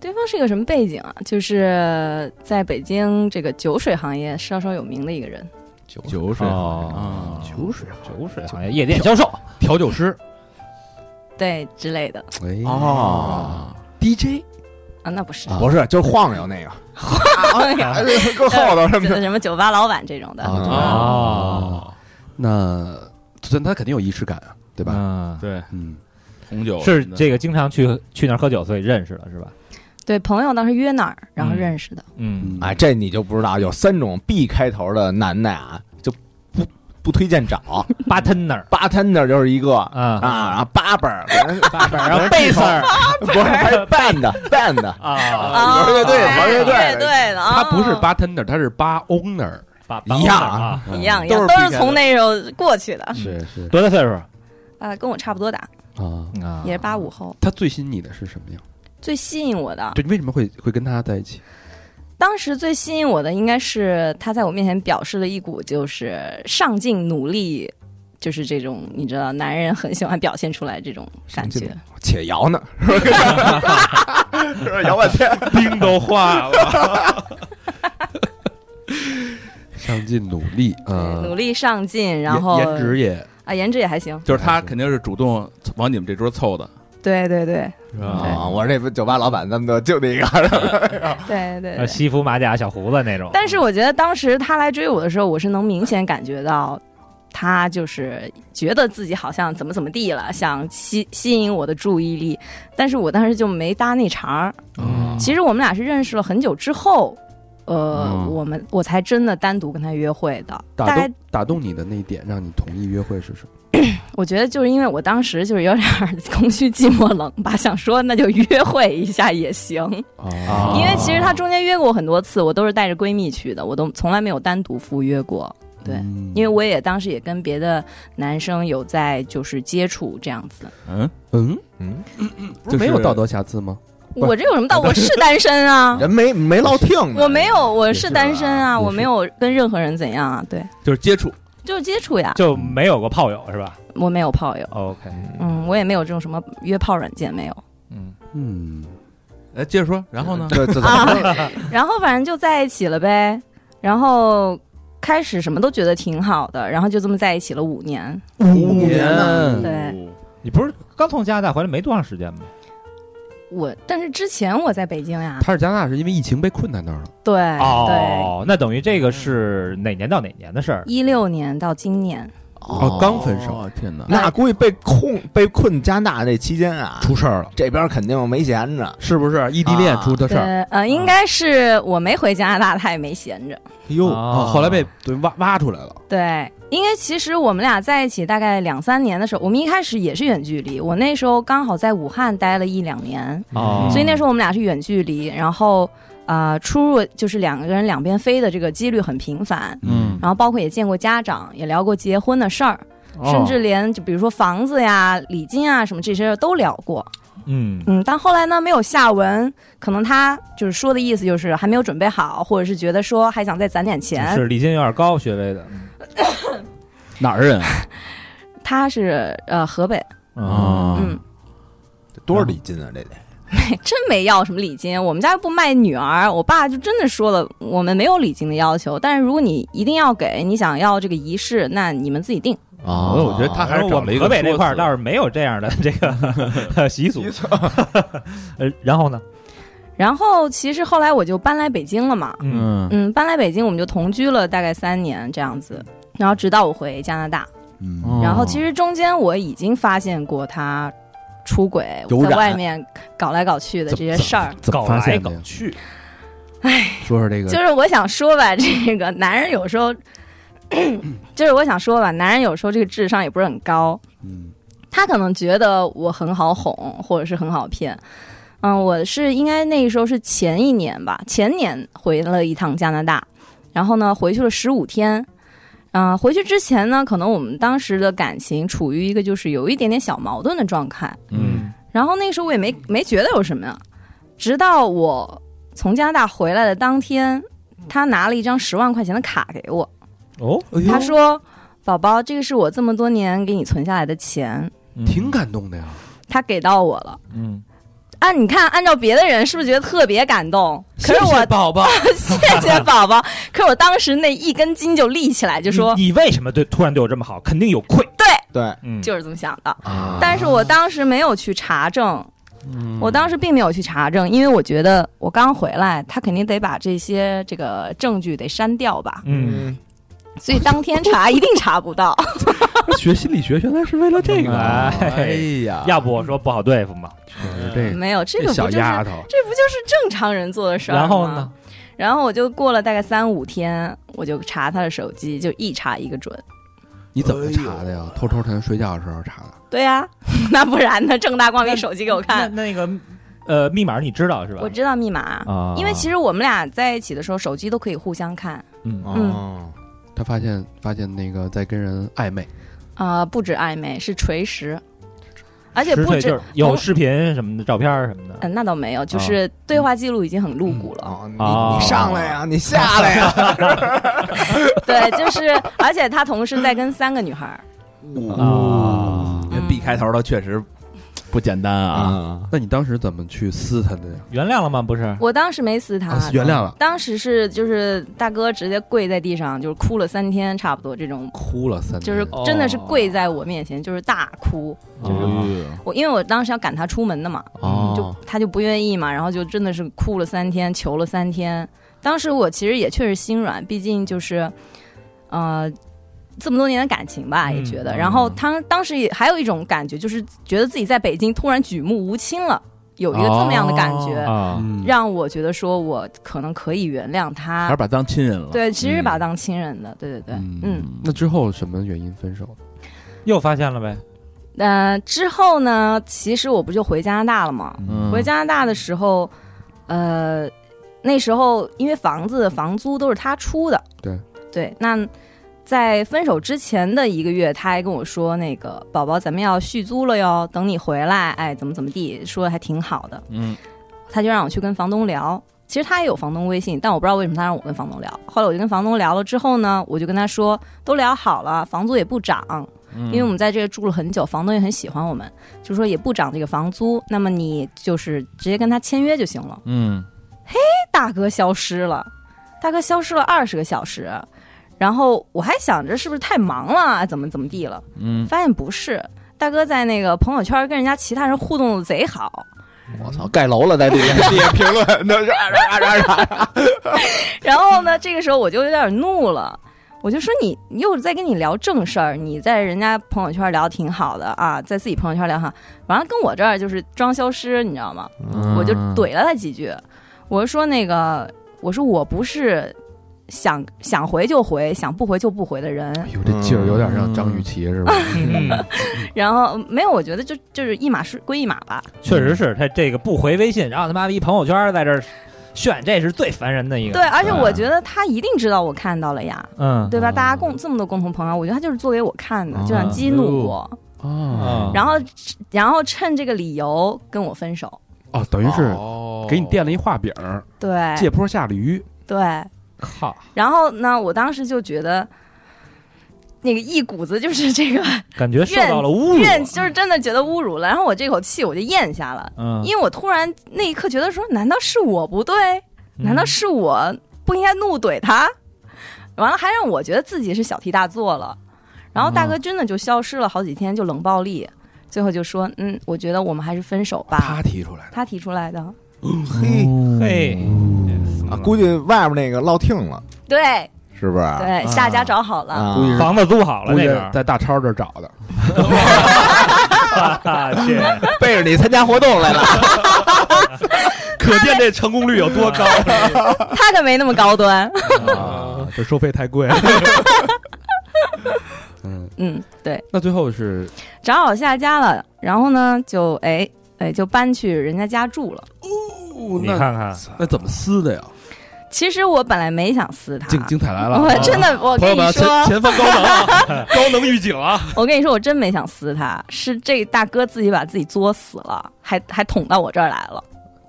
[SPEAKER 4] 对方是一个什么背景啊？就是在北京这个酒水行业稍稍有名的一个人，
[SPEAKER 5] 酒酒水
[SPEAKER 2] 哦
[SPEAKER 5] 啊，
[SPEAKER 1] 酒水好，
[SPEAKER 2] 酒水行业夜店销售，
[SPEAKER 1] 调酒师，
[SPEAKER 4] 对之类的
[SPEAKER 1] 哎
[SPEAKER 3] 哦
[SPEAKER 1] ，DJ
[SPEAKER 4] 啊，那不是、
[SPEAKER 1] 啊
[SPEAKER 3] 不是，就是晃悠 那个，
[SPEAKER 4] 哎
[SPEAKER 3] 晃悠够厚道什么
[SPEAKER 4] 就
[SPEAKER 3] 的。
[SPEAKER 4] 什么酒吧老板这种的。
[SPEAKER 1] 啊
[SPEAKER 2] 哦，
[SPEAKER 1] 那但他肯定有仪式感啊，对
[SPEAKER 2] 对
[SPEAKER 1] 吧？
[SPEAKER 2] 吧？
[SPEAKER 5] 对，
[SPEAKER 1] 嗯，
[SPEAKER 5] 红酒
[SPEAKER 2] 是这个经常去去那儿喝酒，所以认识了是吧？
[SPEAKER 4] 对，朋友当时约哪儿，然后
[SPEAKER 2] 嗯
[SPEAKER 4] 认识的。
[SPEAKER 2] 嗯
[SPEAKER 1] 嗯
[SPEAKER 3] 哎，这你就不知道，有三种 B 开头的男的啊，就不不推荐找。
[SPEAKER 2] ，bartender
[SPEAKER 3] 八摊的就是一个
[SPEAKER 2] 啊
[SPEAKER 3] 啊，然后八本儿，
[SPEAKER 2] 八本儿，然后贝
[SPEAKER 3] 贝
[SPEAKER 2] 斯
[SPEAKER 3] 斯
[SPEAKER 2] 儿
[SPEAKER 3] 儿不是还是 band band
[SPEAKER 2] 啊，
[SPEAKER 4] 啊，
[SPEAKER 3] 玩乐队
[SPEAKER 4] 对
[SPEAKER 3] 玩乐队
[SPEAKER 4] 乐队的，啊
[SPEAKER 1] 他不是
[SPEAKER 4] 八
[SPEAKER 1] bartender，他是 bar owner，
[SPEAKER 2] 八
[SPEAKER 3] 一样
[SPEAKER 2] 啊，
[SPEAKER 4] 一样一
[SPEAKER 5] 都
[SPEAKER 4] 样，
[SPEAKER 5] 是
[SPEAKER 4] 都
[SPEAKER 5] PK
[SPEAKER 4] 是从那时候过去的。
[SPEAKER 1] 嗯是是
[SPEAKER 2] 多大岁数
[SPEAKER 4] 啊，跟我差不多大，
[SPEAKER 1] 啊。
[SPEAKER 2] 啊？
[SPEAKER 4] 也是八五后。
[SPEAKER 1] 他最吸引你的是什么样？
[SPEAKER 4] 最吸引我的，
[SPEAKER 1] 对，你为什么会会跟他在一起？
[SPEAKER 4] 当时最吸引我的应该是他在我面前表示了一股就是上进努力。就是这种，你知道，男人很喜欢表现出来这种感觉。
[SPEAKER 3] 且摇呢，是吧？是吧？摇半天，
[SPEAKER 1] 冰都化了。 上进努力，
[SPEAKER 4] 对，努
[SPEAKER 1] 嗯，
[SPEAKER 4] 力上进，然后
[SPEAKER 1] 颜颜值也
[SPEAKER 4] 啊，颜值也还行。
[SPEAKER 5] 就是
[SPEAKER 3] 哎
[SPEAKER 5] 他肯定是主动往你们这桌凑的，
[SPEAKER 4] 对对对
[SPEAKER 5] 是
[SPEAKER 3] 啊！
[SPEAKER 2] 哎
[SPEAKER 5] 吧？
[SPEAKER 3] 我说这不酒吧老板那么多，就那个，
[SPEAKER 4] 对对
[SPEAKER 1] 啊
[SPEAKER 2] 呃，
[SPEAKER 4] 对。
[SPEAKER 2] 西服马甲、小胡子那种。
[SPEAKER 4] 但是我觉得当时他来追我的时候，我是能明显感觉到，他就是觉得自己好像怎么怎么地了，想吸吸引我的注意力，但是我当时就没搭那茬儿。
[SPEAKER 1] 啊
[SPEAKER 2] 嗯
[SPEAKER 4] 其实我们俩是认识了很久之后，呃，
[SPEAKER 1] 嗯
[SPEAKER 4] 我们我才真的单独跟他约会的。大
[SPEAKER 1] 打
[SPEAKER 4] 概
[SPEAKER 1] 动打动你的那一点，让你同意约会是什么？
[SPEAKER 4] 我觉得就是因为我当时就是有点儿 空虚、寂寞、冷吧，想说那就约会一下也行。
[SPEAKER 1] 啊
[SPEAKER 4] 因为其实他中间约过我很多次，我都是带着闺蜜去的，我都从来没有单独赴约过。
[SPEAKER 1] 嗯
[SPEAKER 4] 对，因为我也当时也跟别的男生有在就是接触这样子。
[SPEAKER 5] 嗯，
[SPEAKER 1] 嗯，
[SPEAKER 3] 嗯，，
[SPEAKER 1] 不是没有道德瑕疵吗？不
[SPEAKER 4] 我这有什么道？我是单 身啊
[SPEAKER 3] 人没没落听呢，
[SPEAKER 4] 我没有，我
[SPEAKER 1] 也
[SPEAKER 4] 是
[SPEAKER 1] 是
[SPEAKER 4] 单身
[SPEAKER 1] 吧
[SPEAKER 4] 啊，
[SPEAKER 1] 也
[SPEAKER 4] 我
[SPEAKER 1] 是
[SPEAKER 4] 没有跟任何人怎样啊。对，
[SPEAKER 5] 就是接触
[SPEAKER 4] 就是接触呀，
[SPEAKER 2] 就没有过炮友是吧
[SPEAKER 4] 我没有炮友，
[SPEAKER 2] ？OK，
[SPEAKER 4] 嗯，我也没有这种什么约炮软件没有。
[SPEAKER 2] 嗯，
[SPEAKER 1] 嗯，
[SPEAKER 5] 哎，接着说，然后呢？
[SPEAKER 3] 这这怎么
[SPEAKER 4] 啊，然后反正就 在一起了呗，然后开始什么都觉得挺好的，然后就这么在一起了五年。
[SPEAKER 3] 五年
[SPEAKER 1] 啊
[SPEAKER 3] 呢？
[SPEAKER 4] 对
[SPEAKER 2] 你不是刚从加拿大回来没多长时间吗？
[SPEAKER 4] 我但是之前我在北京呀，
[SPEAKER 1] 他是加拿大是因为疫情被困在那儿了，
[SPEAKER 4] 哎对、
[SPEAKER 2] 哦，那等于这个是哪年到哪年的事儿
[SPEAKER 4] 对，？一六年到今年，
[SPEAKER 1] 哦刚分手
[SPEAKER 5] 哦，天哪！
[SPEAKER 3] 那估计被控被困加拿大那期间啊，
[SPEAKER 1] 出事儿了，
[SPEAKER 3] 这边肯定没闲着。
[SPEAKER 1] 是不是异地恋
[SPEAKER 3] 啊
[SPEAKER 1] 出的事
[SPEAKER 4] 对
[SPEAKER 1] 儿？，
[SPEAKER 4] 呃，应该是我没回加拿大，他也没闲着。
[SPEAKER 1] 哟
[SPEAKER 2] 啊
[SPEAKER 1] 啊，后来被对挖挖出来了，
[SPEAKER 4] 对，因为其实我们俩在一起大概两三年的时候，我们一开始也是远距离，我那时候刚好在武汉待了一两年，
[SPEAKER 2] 哦
[SPEAKER 4] 嗯所以那时候我们俩是远距离，然后啊、呃出入就是两个人两边飞的这个几率很频繁，
[SPEAKER 1] 嗯
[SPEAKER 4] 然后包括也见过家长，也聊过结婚的事儿，
[SPEAKER 2] 哦
[SPEAKER 4] 甚至连就比如说房子呀、礼金啊什么这些都聊过。
[SPEAKER 2] 嗯
[SPEAKER 4] 嗯，但后来呢没有下文，可能他就是说的意思就是还没有准备好，或者是觉得说还想再攒点钱。
[SPEAKER 2] 是礼金有点高，学位的。
[SPEAKER 5] 哪儿人啊
[SPEAKER 4] 他是呃河北，
[SPEAKER 1] 啊
[SPEAKER 2] 嗯，
[SPEAKER 4] 嗯，
[SPEAKER 3] 多少礼金啊？这得
[SPEAKER 4] 真没要什么礼金，我们家又不卖女儿，我爸就真的说了，我们没有礼金的要求，但是如果你一定要给，你想要这个仪式，那你们自己定。
[SPEAKER 3] 啊
[SPEAKER 5] 我觉得他还是
[SPEAKER 2] 我
[SPEAKER 5] 找了
[SPEAKER 2] 们
[SPEAKER 5] 一个
[SPEAKER 2] 河北这块儿
[SPEAKER 5] 说辞
[SPEAKER 2] 倒是没有这样的这个习俗。 呃，然后呢？
[SPEAKER 4] 然后其实后来我就搬来北京了嘛，
[SPEAKER 5] 嗯
[SPEAKER 4] 嗯，搬来北京我们就同居了大概三年这样子，然后直到我回加拿大，
[SPEAKER 1] 嗯
[SPEAKER 4] 然后其实中间我已经发现过他出轨，
[SPEAKER 3] 有染
[SPEAKER 4] 在外面搞来搞去的这些事儿，
[SPEAKER 1] 怎么
[SPEAKER 2] 搞
[SPEAKER 1] 发
[SPEAKER 2] 来
[SPEAKER 1] 现的
[SPEAKER 2] 搞
[SPEAKER 1] 呀？
[SPEAKER 2] 去，
[SPEAKER 1] 说说这个，
[SPEAKER 4] 就是我想说吧，这个男人有时候， 就是我想说吧，男人有时候这个智商也不是很高，
[SPEAKER 1] 嗯
[SPEAKER 4] 他可能觉得我很好哄，或者是很好骗。嗯，我是应该那时候是前一年吧，前年回了一趟加拿大，然后呢回去了十五天。嗯、回去之前呢，可能我们当时的感情处于一个就是有一点点小矛盾的状态。
[SPEAKER 5] 嗯
[SPEAKER 4] 然后那个时候我也没没觉得有什么呀，直到我从加拿大回来的当天，他拿了一张十万块钱的卡给我，
[SPEAKER 2] 哦，
[SPEAKER 4] 他说：“宝宝，这个是我这么多
[SPEAKER 1] 嗯
[SPEAKER 4] 年给你存下来的钱，
[SPEAKER 1] 挺感动的呀，
[SPEAKER 4] 他给到我了。”
[SPEAKER 2] 嗯
[SPEAKER 4] 啊，你看，按照别的人是不是觉得特别感动？可是我
[SPEAKER 6] 宝宝
[SPEAKER 4] 谢谢宝宝，可是我当时那一根筋就立起 来，就说
[SPEAKER 6] 你你为什么对突然对我这么好？肯定有愧。
[SPEAKER 4] 对，
[SPEAKER 3] 对，
[SPEAKER 6] 嗯，
[SPEAKER 4] 就是这么想的。
[SPEAKER 3] 啊
[SPEAKER 4] 但是我当时没有去查证，我当时并没有去查证，因为我觉得我刚回来，他肯定得把这些这个证据得删掉吧，
[SPEAKER 6] 嗯，
[SPEAKER 4] 所以当天查一定查不到。
[SPEAKER 1] 学心理学原来是为了这个啊，
[SPEAKER 6] 哦哎
[SPEAKER 1] 呀
[SPEAKER 6] 要不我说不好对付嘛。
[SPEAKER 1] 是这个
[SPEAKER 4] 没有，这个
[SPEAKER 1] 这
[SPEAKER 4] 不
[SPEAKER 1] 小
[SPEAKER 4] 就是
[SPEAKER 1] 丫头，
[SPEAKER 4] 这不就是正常人做的事儿吗
[SPEAKER 6] 然后呢？？
[SPEAKER 4] 然后我就过了大概三五天，我就查他的手机，就一查一个准。
[SPEAKER 1] 你怎么查的呀？偷偷趁睡觉的时候查的。
[SPEAKER 4] 对呀、 那不然呢？正大光明手机给 我看，
[SPEAKER 6] 那那个呃密码你知道是吧？
[SPEAKER 4] 我知道密码，
[SPEAKER 6] 啊，
[SPEAKER 4] 因为其实我们俩在一起的时候，手机都可以互相看。嗯
[SPEAKER 3] 哦，
[SPEAKER 1] 他发现发现那个在跟人暧昧，
[SPEAKER 4] 啊、不止暧昧，是垂食，而且
[SPEAKER 6] 实
[SPEAKER 4] 不
[SPEAKER 6] 锤就
[SPEAKER 4] 止
[SPEAKER 6] 是有视频什么的，照片儿什么
[SPEAKER 4] 嗯、
[SPEAKER 6] 的。
[SPEAKER 4] 那倒没有，就
[SPEAKER 6] 啊
[SPEAKER 4] 是对话记录已经很露骨了。
[SPEAKER 3] 哦，你
[SPEAKER 6] 哦
[SPEAKER 3] 你上来呀，你下来呀，
[SPEAKER 4] 对，就是，而且他同时在跟三个女孩儿。
[SPEAKER 6] 啊
[SPEAKER 4] 嗯
[SPEAKER 5] B 开头的确实不简单啊，
[SPEAKER 1] 那你当时怎么去撕他的呀？
[SPEAKER 6] 原谅了吗？不是，
[SPEAKER 4] 我当时没撕他，嗯
[SPEAKER 1] 啊原谅了，
[SPEAKER 4] 当时是就是大哥直接跪在地上，就是哭了三天，差不多这种，
[SPEAKER 1] 哭了三天，
[SPEAKER 4] 就是真的是跪在我面前，就是大哭。
[SPEAKER 5] 就是
[SPEAKER 4] 我因为我当时要赶他出门的嘛，
[SPEAKER 1] 哦
[SPEAKER 4] 嗯就他就不愿意嘛，然后就真的是哭了三天，求了三天。当时我其实也确实心软，毕竟就是，呃，这么多年的感情吧，
[SPEAKER 6] 嗯
[SPEAKER 4] 也觉得。然后他当时也还有一种感觉，就是觉得自己在北京突然举目无亲了，有一个这么样的感觉，
[SPEAKER 2] 哦
[SPEAKER 6] 啊，
[SPEAKER 1] 嗯
[SPEAKER 4] 让我觉得说我可能可以原谅他。
[SPEAKER 5] 还是把当亲人了。
[SPEAKER 4] 对，其实把他当亲人的，对对对，嗯，
[SPEAKER 1] 那之后什么原因分手？
[SPEAKER 6] 又发现了呗。
[SPEAKER 4] 呃，之后呢，其实我不就回加拿大了吗？
[SPEAKER 5] 嗯，
[SPEAKER 4] 回加拿大的时候，呃，那时候因为房子房租都是他出的，
[SPEAKER 1] 对
[SPEAKER 4] 对，那。在分手之前的一个月，他还跟我说：“那个宝宝，咱们要续租了哟，等你回来，哎，怎么怎么地，说的还挺好的。”
[SPEAKER 5] 嗯，
[SPEAKER 4] 他就让我去跟房东聊。其实他也有房东微信，但我不知道为什么他让我跟房东聊。后来我就跟房东聊了之后呢，我就跟他说，都聊好了，房租也不涨，因为我们在这住了很久，房东也很喜欢我们，就说也不涨这个房租，那么你就是直接跟他签约就行了。
[SPEAKER 5] 嗯
[SPEAKER 4] 大哥消失了，大哥消失了二十个小时，然后我还想着是不是太忙了，啊怎么怎么地了，
[SPEAKER 5] 嗯，
[SPEAKER 4] 发现不是，大哥在那个朋友圈跟人家其他人互动的贼好，
[SPEAKER 3] 我操，盖楼了，在底 下底下评论， 那是啊啊啊啊啊，
[SPEAKER 4] 然后呢，这个时候我就有点怒了，我就说你你又在跟你聊正事儿，你在人家朋友圈聊挺好的啊，在自己朋友圈聊哈，完了跟我这儿就是装消失，你知道吗？我就怼了他几句，我说那个，我说我不是想想回就回，想不回就不回的人，
[SPEAKER 1] 哎呦，这劲儿有点像张雨绮是吧？
[SPEAKER 6] 嗯
[SPEAKER 4] 然后没有，我觉得就就是一码事归一码吧，
[SPEAKER 6] 确实是他这个不回微信，然后他妈的一朋友圈在这儿炫，这是最烦人的一个。
[SPEAKER 4] 对，啊而且
[SPEAKER 6] 吧
[SPEAKER 4] 我觉得他一定知道我看到了呀。
[SPEAKER 6] 嗯，
[SPEAKER 4] 对吧？大家共这么多共同朋友，我觉得他就是做给我看的，就想激怒我。
[SPEAKER 6] 嗯
[SPEAKER 1] 哦
[SPEAKER 4] 然后，然后趁这个理由跟我分手。
[SPEAKER 1] 哦，等于是
[SPEAKER 5] 哦
[SPEAKER 1] 给你垫了一画饼儿，
[SPEAKER 4] 对
[SPEAKER 1] 借坡下驴。
[SPEAKER 4] 对，
[SPEAKER 6] 靠，
[SPEAKER 4] 然后呢，我当时就觉得，那个一股子就是这个
[SPEAKER 6] 感觉受到了
[SPEAKER 2] 啊
[SPEAKER 6] 侮
[SPEAKER 4] 怨，
[SPEAKER 6] 辱。
[SPEAKER 4] 就是真的觉得侮辱了。然后我这口气我就咽下了，
[SPEAKER 6] 嗯，
[SPEAKER 4] 因为我突然那一刻觉得说，难道是我不对？
[SPEAKER 2] 嗯
[SPEAKER 4] 难道是我不应该怒怼他？完了还让我觉得自己是小题大做了。然后大哥真的就消失了好几天，就冷暴力，最后就说：“嗯，我觉得我们还是分手吧。
[SPEAKER 1] 他提出来”的，
[SPEAKER 4] 他提出来的，
[SPEAKER 5] 嗯
[SPEAKER 3] 嘿
[SPEAKER 6] 嘿，哎
[SPEAKER 3] 啊，估计外面那个落听了，
[SPEAKER 4] 对
[SPEAKER 3] 是不是？
[SPEAKER 1] 啊
[SPEAKER 4] 对，下家找好了，
[SPEAKER 3] 啊，
[SPEAKER 6] 房子租好了
[SPEAKER 1] 估
[SPEAKER 6] 那
[SPEAKER 1] 计
[SPEAKER 6] 边儿，
[SPEAKER 1] 在大超这儿找的。
[SPEAKER 6] 啊去，
[SPEAKER 3] 背着你参加活动来了，
[SPEAKER 5] 可见这成功率有多高。
[SPEAKER 6] 啊
[SPEAKER 4] 他可没那么高端。
[SPEAKER 1] 啊， 这收费太贵。嗯，
[SPEAKER 4] 嗯，对，
[SPEAKER 1] 那最后是
[SPEAKER 4] 找好下家了，然后呢，就哎哎就搬去人家家住了。
[SPEAKER 6] 你
[SPEAKER 1] 那
[SPEAKER 6] 看看，
[SPEAKER 1] 那怎么撕的呀？
[SPEAKER 4] 其实我本来没想撕他，
[SPEAKER 1] 精精彩来了啊
[SPEAKER 4] 我，真的，我
[SPEAKER 1] 朋
[SPEAKER 4] 跟
[SPEAKER 1] 友
[SPEAKER 4] 你
[SPEAKER 1] 们前
[SPEAKER 4] 说，
[SPEAKER 1] 前方高能啊，高能预警啊！
[SPEAKER 4] 我跟你说，我真没想撕他，是这大哥自己把自己作死了，还还捅到我这儿来 了。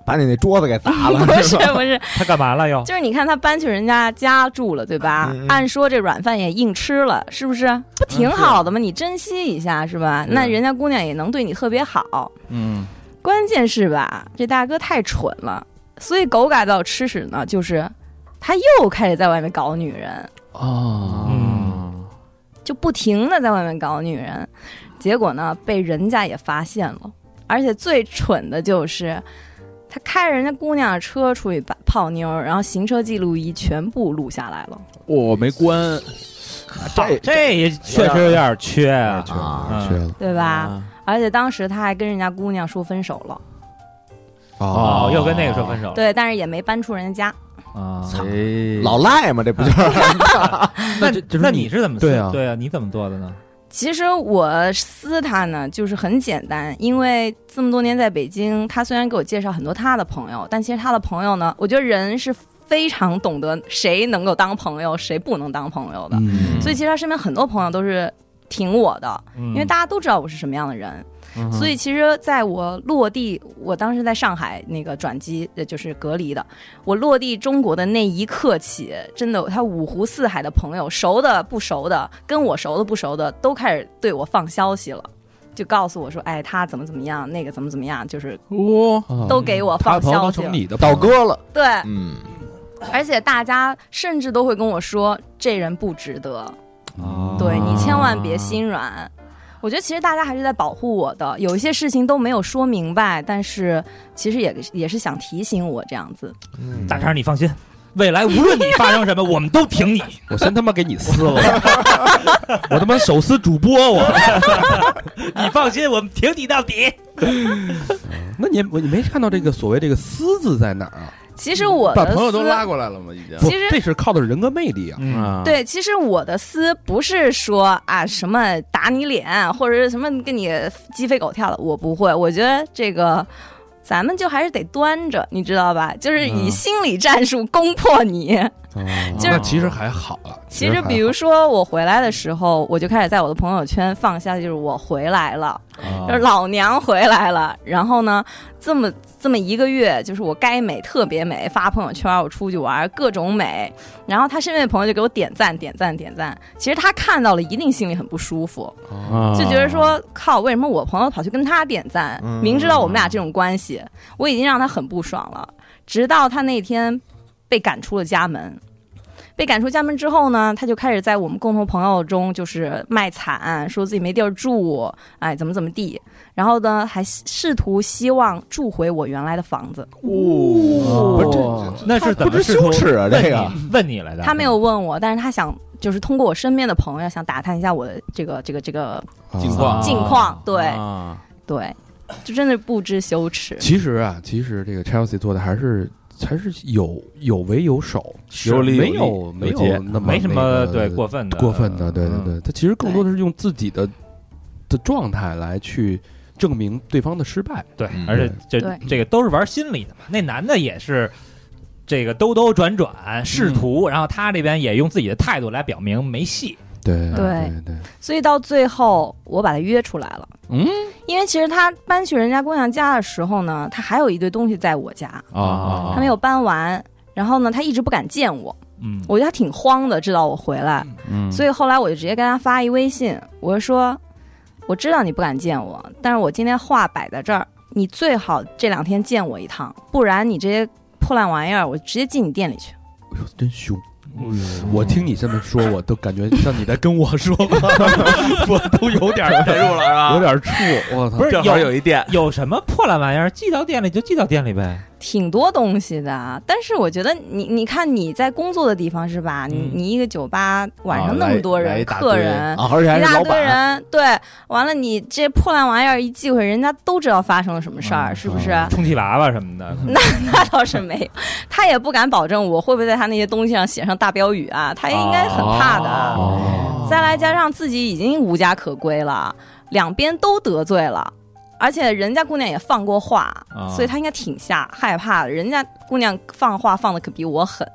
[SPEAKER 3] 把你那桌子给砸了，
[SPEAKER 4] 不
[SPEAKER 3] 是
[SPEAKER 4] 是
[SPEAKER 3] 吧
[SPEAKER 4] 不是，
[SPEAKER 6] 他干嘛了又？
[SPEAKER 4] 就是你看他搬去人家家住了，对吧？
[SPEAKER 3] 嗯嗯
[SPEAKER 4] 按说这软饭也硬吃了，是不是？不
[SPEAKER 3] 嗯
[SPEAKER 4] 挺好的吗？你珍惜一下是吧？那人家姑娘也能对你特别好。
[SPEAKER 5] 嗯
[SPEAKER 4] 关键是吧，这大哥太蠢了，所以狗改到吃屎呢，就是他又开始在外面搞女人，
[SPEAKER 1] 啊
[SPEAKER 6] 嗯
[SPEAKER 4] 就不停的在外面搞女人，结果呢被人家也发现了，而且最蠢的就是。他开着人家姑娘的车出去把泡妞，然后行车记录仪全部录下来了。
[SPEAKER 5] 我没关，
[SPEAKER 3] 这
[SPEAKER 6] 啊这也确实有点缺啊。
[SPEAKER 1] 啊，缺了
[SPEAKER 4] 对吧？而且当时他还跟人家姑娘说分手了，
[SPEAKER 6] 哦，
[SPEAKER 1] 啊
[SPEAKER 6] 又跟那个说分手了。
[SPEAKER 4] 对，但是也没搬出人家家。
[SPEAKER 6] 啊，
[SPEAKER 3] 老赖嘛，这不就是
[SPEAKER 6] 那
[SPEAKER 1] 哎这这是
[SPEAKER 6] 那
[SPEAKER 1] 你
[SPEAKER 6] 你是怎么
[SPEAKER 1] 对啊
[SPEAKER 6] 对啊，你怎么做的呢？
[SPEAKER 4] 其实我撕他呢，就是很简单，因为这么多年在北京，他虽然给我介绍很多他的朋友，但其实他的朋友呢，我觉得人是非常懂得谁能够当朋友，谁不能当朋友的。
[SPEAKER 1] 嗯
[SPEAKER 4] 所以其实他身边很多朋友都是挺我的，
[SPEAKER 6] 因
[SPEAKER 4] 因为大家都知道我是什么样的人。
[SPEAKER 1] 嗯
[SPEAKER 4] 所以其实在我落地，我当时在上海那个转机，呃，就是隔离的。我落地中国的那一刻起，真的，他五湖四海的朋友，熟的不熟的，跟我熟的不熟的，都开始对我放消息了。就告诉我说，哎，他怎么怎么样，那个怎么怎么样，就是
[SPEAKER 5] 哇，
[SPEAKER 1] 啊
[SPEAKER 4] 都给我
[SPEAKER 1] 他的
[SPEAKER 4] 放
[SPEAKER 1] 朋友
[SPEAKER 4] 消
[SPEAKER 1] 都
[SPEAKER 4] 息了。
[SPEAKER 1] 成你的
[SPEAKER 3] 倒
[SPEAKER 1] 朋友
[SPEAKER 3] 戈 了？
[SPEAKER 4] 对，
[SPEAKER 3] 嗯，
[SPEAKER 4] 而且大家甚至都会跟我说，这人不值得，
[SPEAKER 1] 啊
[SPEAKER 4] 对你千万
[SPEAKER 5] 哦
[SPEAKER 4] 别心软。我觉得其实大家还是在保护我的，有一些事情都没有说明白，但是其实也也是想提醒我这样子。
[SPEAKER 6] 大肠，你放心，未来无论你发生什 么，我们都挺你。
[SPEAKER 1] 我先他妈给你撕了，我他妈手撕主播我。
[SPEAKER 6] 你放心，我们挺你到底。
[SPEAKER 1] 那你我你没看到这个所谓这个“撕”字在哪儿啊？
[SPEAKER 4] 其实我
[SPEAKER 5] 把
[SPEAKER 4] 的
[SPEAKER 5] 朋友都拉
[SPEAKER 4] 撕，
[SPEAKER 5] 过来了嘛，已经
[SPEAKER 1] 不
[SPEAKER 4] 其实，
[SPEAKER 1] 这是靠的是人格魅力啊。
[SPEAKER 6] 嗯，
[SPEAKER 5] 啊，
[SPEAKER 4] 对，其实我的撕不是说啊什么打你脸啊或者是什么跟你鸡飞狗跳的，我不会。我觉得这个咱们就还是得端着，你知道吧？就是
[SPEAKER 5] 嗯
[SPEAKER 4] 以心理战术攻破你。就是
[SPEAKER 1] 那其实还好啊。
[SPEAKER 4] 其实，
[SPEAKER 1] 还好
[SPEAKER 4] 比如说我回来的时候，我就开始在我的朋友圈放下，就是我回来了，
[SPEAKER 2] 哦
[SPEAKER 1] 啊
[SPEAKER 4] 就是老娘回来了。然后呢，这么这么一个月，就是我该美特别美，发朋友圈，我出去玩各种美。然后他身边的朋友就给我点赞，点赞，点赞。其实他看到了，一定心里很不舒服，
[SPEAKER 5] 啊
[SPEAKER 4] 就觉得说靠，为什么我朋友跑去跟他点赞？
[SPEAKER 3] 嗯
[SPEAKER 4] 明知道我们俩这种关系，我已经让他很不爽了。直到他那天被赶出了家门。被赶出家门之后呢，他就开始在我们共同朋友中就是卖惨，说自己没地儿住，哎，怎么怎么地。然后呢，还试图希望住回我原来的房
[SPEAKER 5] 哦
[SPEAKER 4] 子。
[SPEAKER 3] 不是这
[SPEAKER 6] 哦那是怎
[SPEAKER 3] 不
[SPEAKER 6] 么
[SPEAKER 3] 知
[SPEAKER 6] 试图
[SPEAKER 3] 羞耻啊，
[SPEAKER 6] 问
[SPEAKER 3] 这个
[SPEAKER 6] 你问你来的？
[SPEAKER 4] 他没有问我，但是他想就是通过我身边的朋友，想打探一下我的这个这个这个
[SPEAKER 1] 啊
[SPEAKER 5] 近况
[SPEAKER 4] 近况。对、
[SPEAKER 5] 啊
[SPEAKER 4] 对，就真的不知羞耻。
[SPEAKER 1] 其实啊，其实这个 Chelsea 做的还是还是有有为有守，
[SPEAKER 5] 有理
[SPEAKER 1] 没
[SPEAKER 5] 有
[SPEAKER 1] 有
[SPEAKER 5] 理
[SPEAKER 1] 没
[SPEAKER 5] 有节
[SPEAKER 1] 有那么
[SPEAKER 6] 没什
[SPEAKER 1] 那
[SPEAKER 6] 么
[SPEAKER 1] 个
[SPEAKER 6] 对过分的
[SPEAKER 1] 过分的，对对
[SPEAKER 6] 嗯
[SPEAKER 1] 对，他其实更多的是用自己的的状态来去证明对方的失败。
[SPEAKER 6] 对
[SPEAKER 3] 嗯，
[SPEAKER 6] 而且这
[SPEAKER 4] 对
[SPEAKER 6] 这个都是玩心理的嘛。那男的也是这个兜兜转转试图，
[SPEAKER 1] 嗯
[SPEAKER 6] 然后他这边也用自己的态度来表明没戏。
[SPEAKER 1] 对
[SPEAKER 4] 对
[SPEAKER 1] 对，
[SPEAKER 4] 所以到最后，我把他约出来了。
[SPEAKER 5] 嗯，
[SPEAKER 4] 因为其实他搬去人家姑娘家的时候呢，他还有一堆东西在我家。
[SPEAKER 5] 啊
[SPEAKER 4] 他没有搬完。然后呢，他一直不敢见我，
[SPEAKER 6] 嗯，
[SPEAKER 4] 我觉得他挺慌的，知道我回来，
[SPEAKER 5] 嗯
[SPEAKER 4] 所以后来我就直接跟他发一微信，我就说，我知道你不敢见我，但是我今天话摆在这儿，你最好这两天见我一趟，不然你这些破烂玩意儿，我直接进你店里去。
[SPEAKER 1] 哎呦，真凶！我听你这么说，我都感觉 像你在跟我说话，我都有点
[SPEAKER 5] 代哦入了是吧
[SPEAKER 1] 有点怵。我操！
[SPEAKER 6] 不是
[SPEAKER 5] 正好
[SPEAKER 6] 有
[SPEAKER 5] 有一店，
[SPEAKER 6] 有什么破烂玩意儿，寄到店里就寄到店里呗。
[SPEAKER 4] 挺多东西的，啊但是我觉得你，你看你在工作的地方是吧？你
[SPEAKER 6] 嗯
[SPEAKER 4] 你一个酒吧 晚
[SPEAKER 5] 啊
[SPEAKER 4] 上那
[SPEAKER 5] 来
[SPEAKER 4] 么多
[SPEAKER 5] 来
[SPEAKER 4] 人，
[SPEAKER 5] 一大堆
[SPEAKER 4] 客人，
[SPEAKER 3] 啊，而且还
[SPEAKER 4] 一
[SPEAKER 3] 是
[SPEAKER 4] 大
[SPEAKER 3] 老
[SPEAKER 4] 堆
[SPEAKER 3] 板，
[SPEAKER 4] 人，对，完了你这破烂玩意儿一忌讳，人家都知道发生了什么事儿，是不是？
[SPEAKER 2] 嗯
[SPEAKER 6] 充气娃娃什么
[SPEAKER 4] 嗯
[SPEAKER 6] 的，
[SPEAKER 4] 那倒是没有，他也不敢保证我会不会在他那些东西上写上大标语啊，他也应该很怕的。啊
[SPEAKER 5] 哦
[SPEAKER 4] 再来加上自己已经无家可归了，两边都得罪了。而且人家姑娘也放过话，
[SPEAKER 6] 啊
[SPEAKER 4] 所以他应该挺吓害怕的。人家姑娘放话放的可比我狠，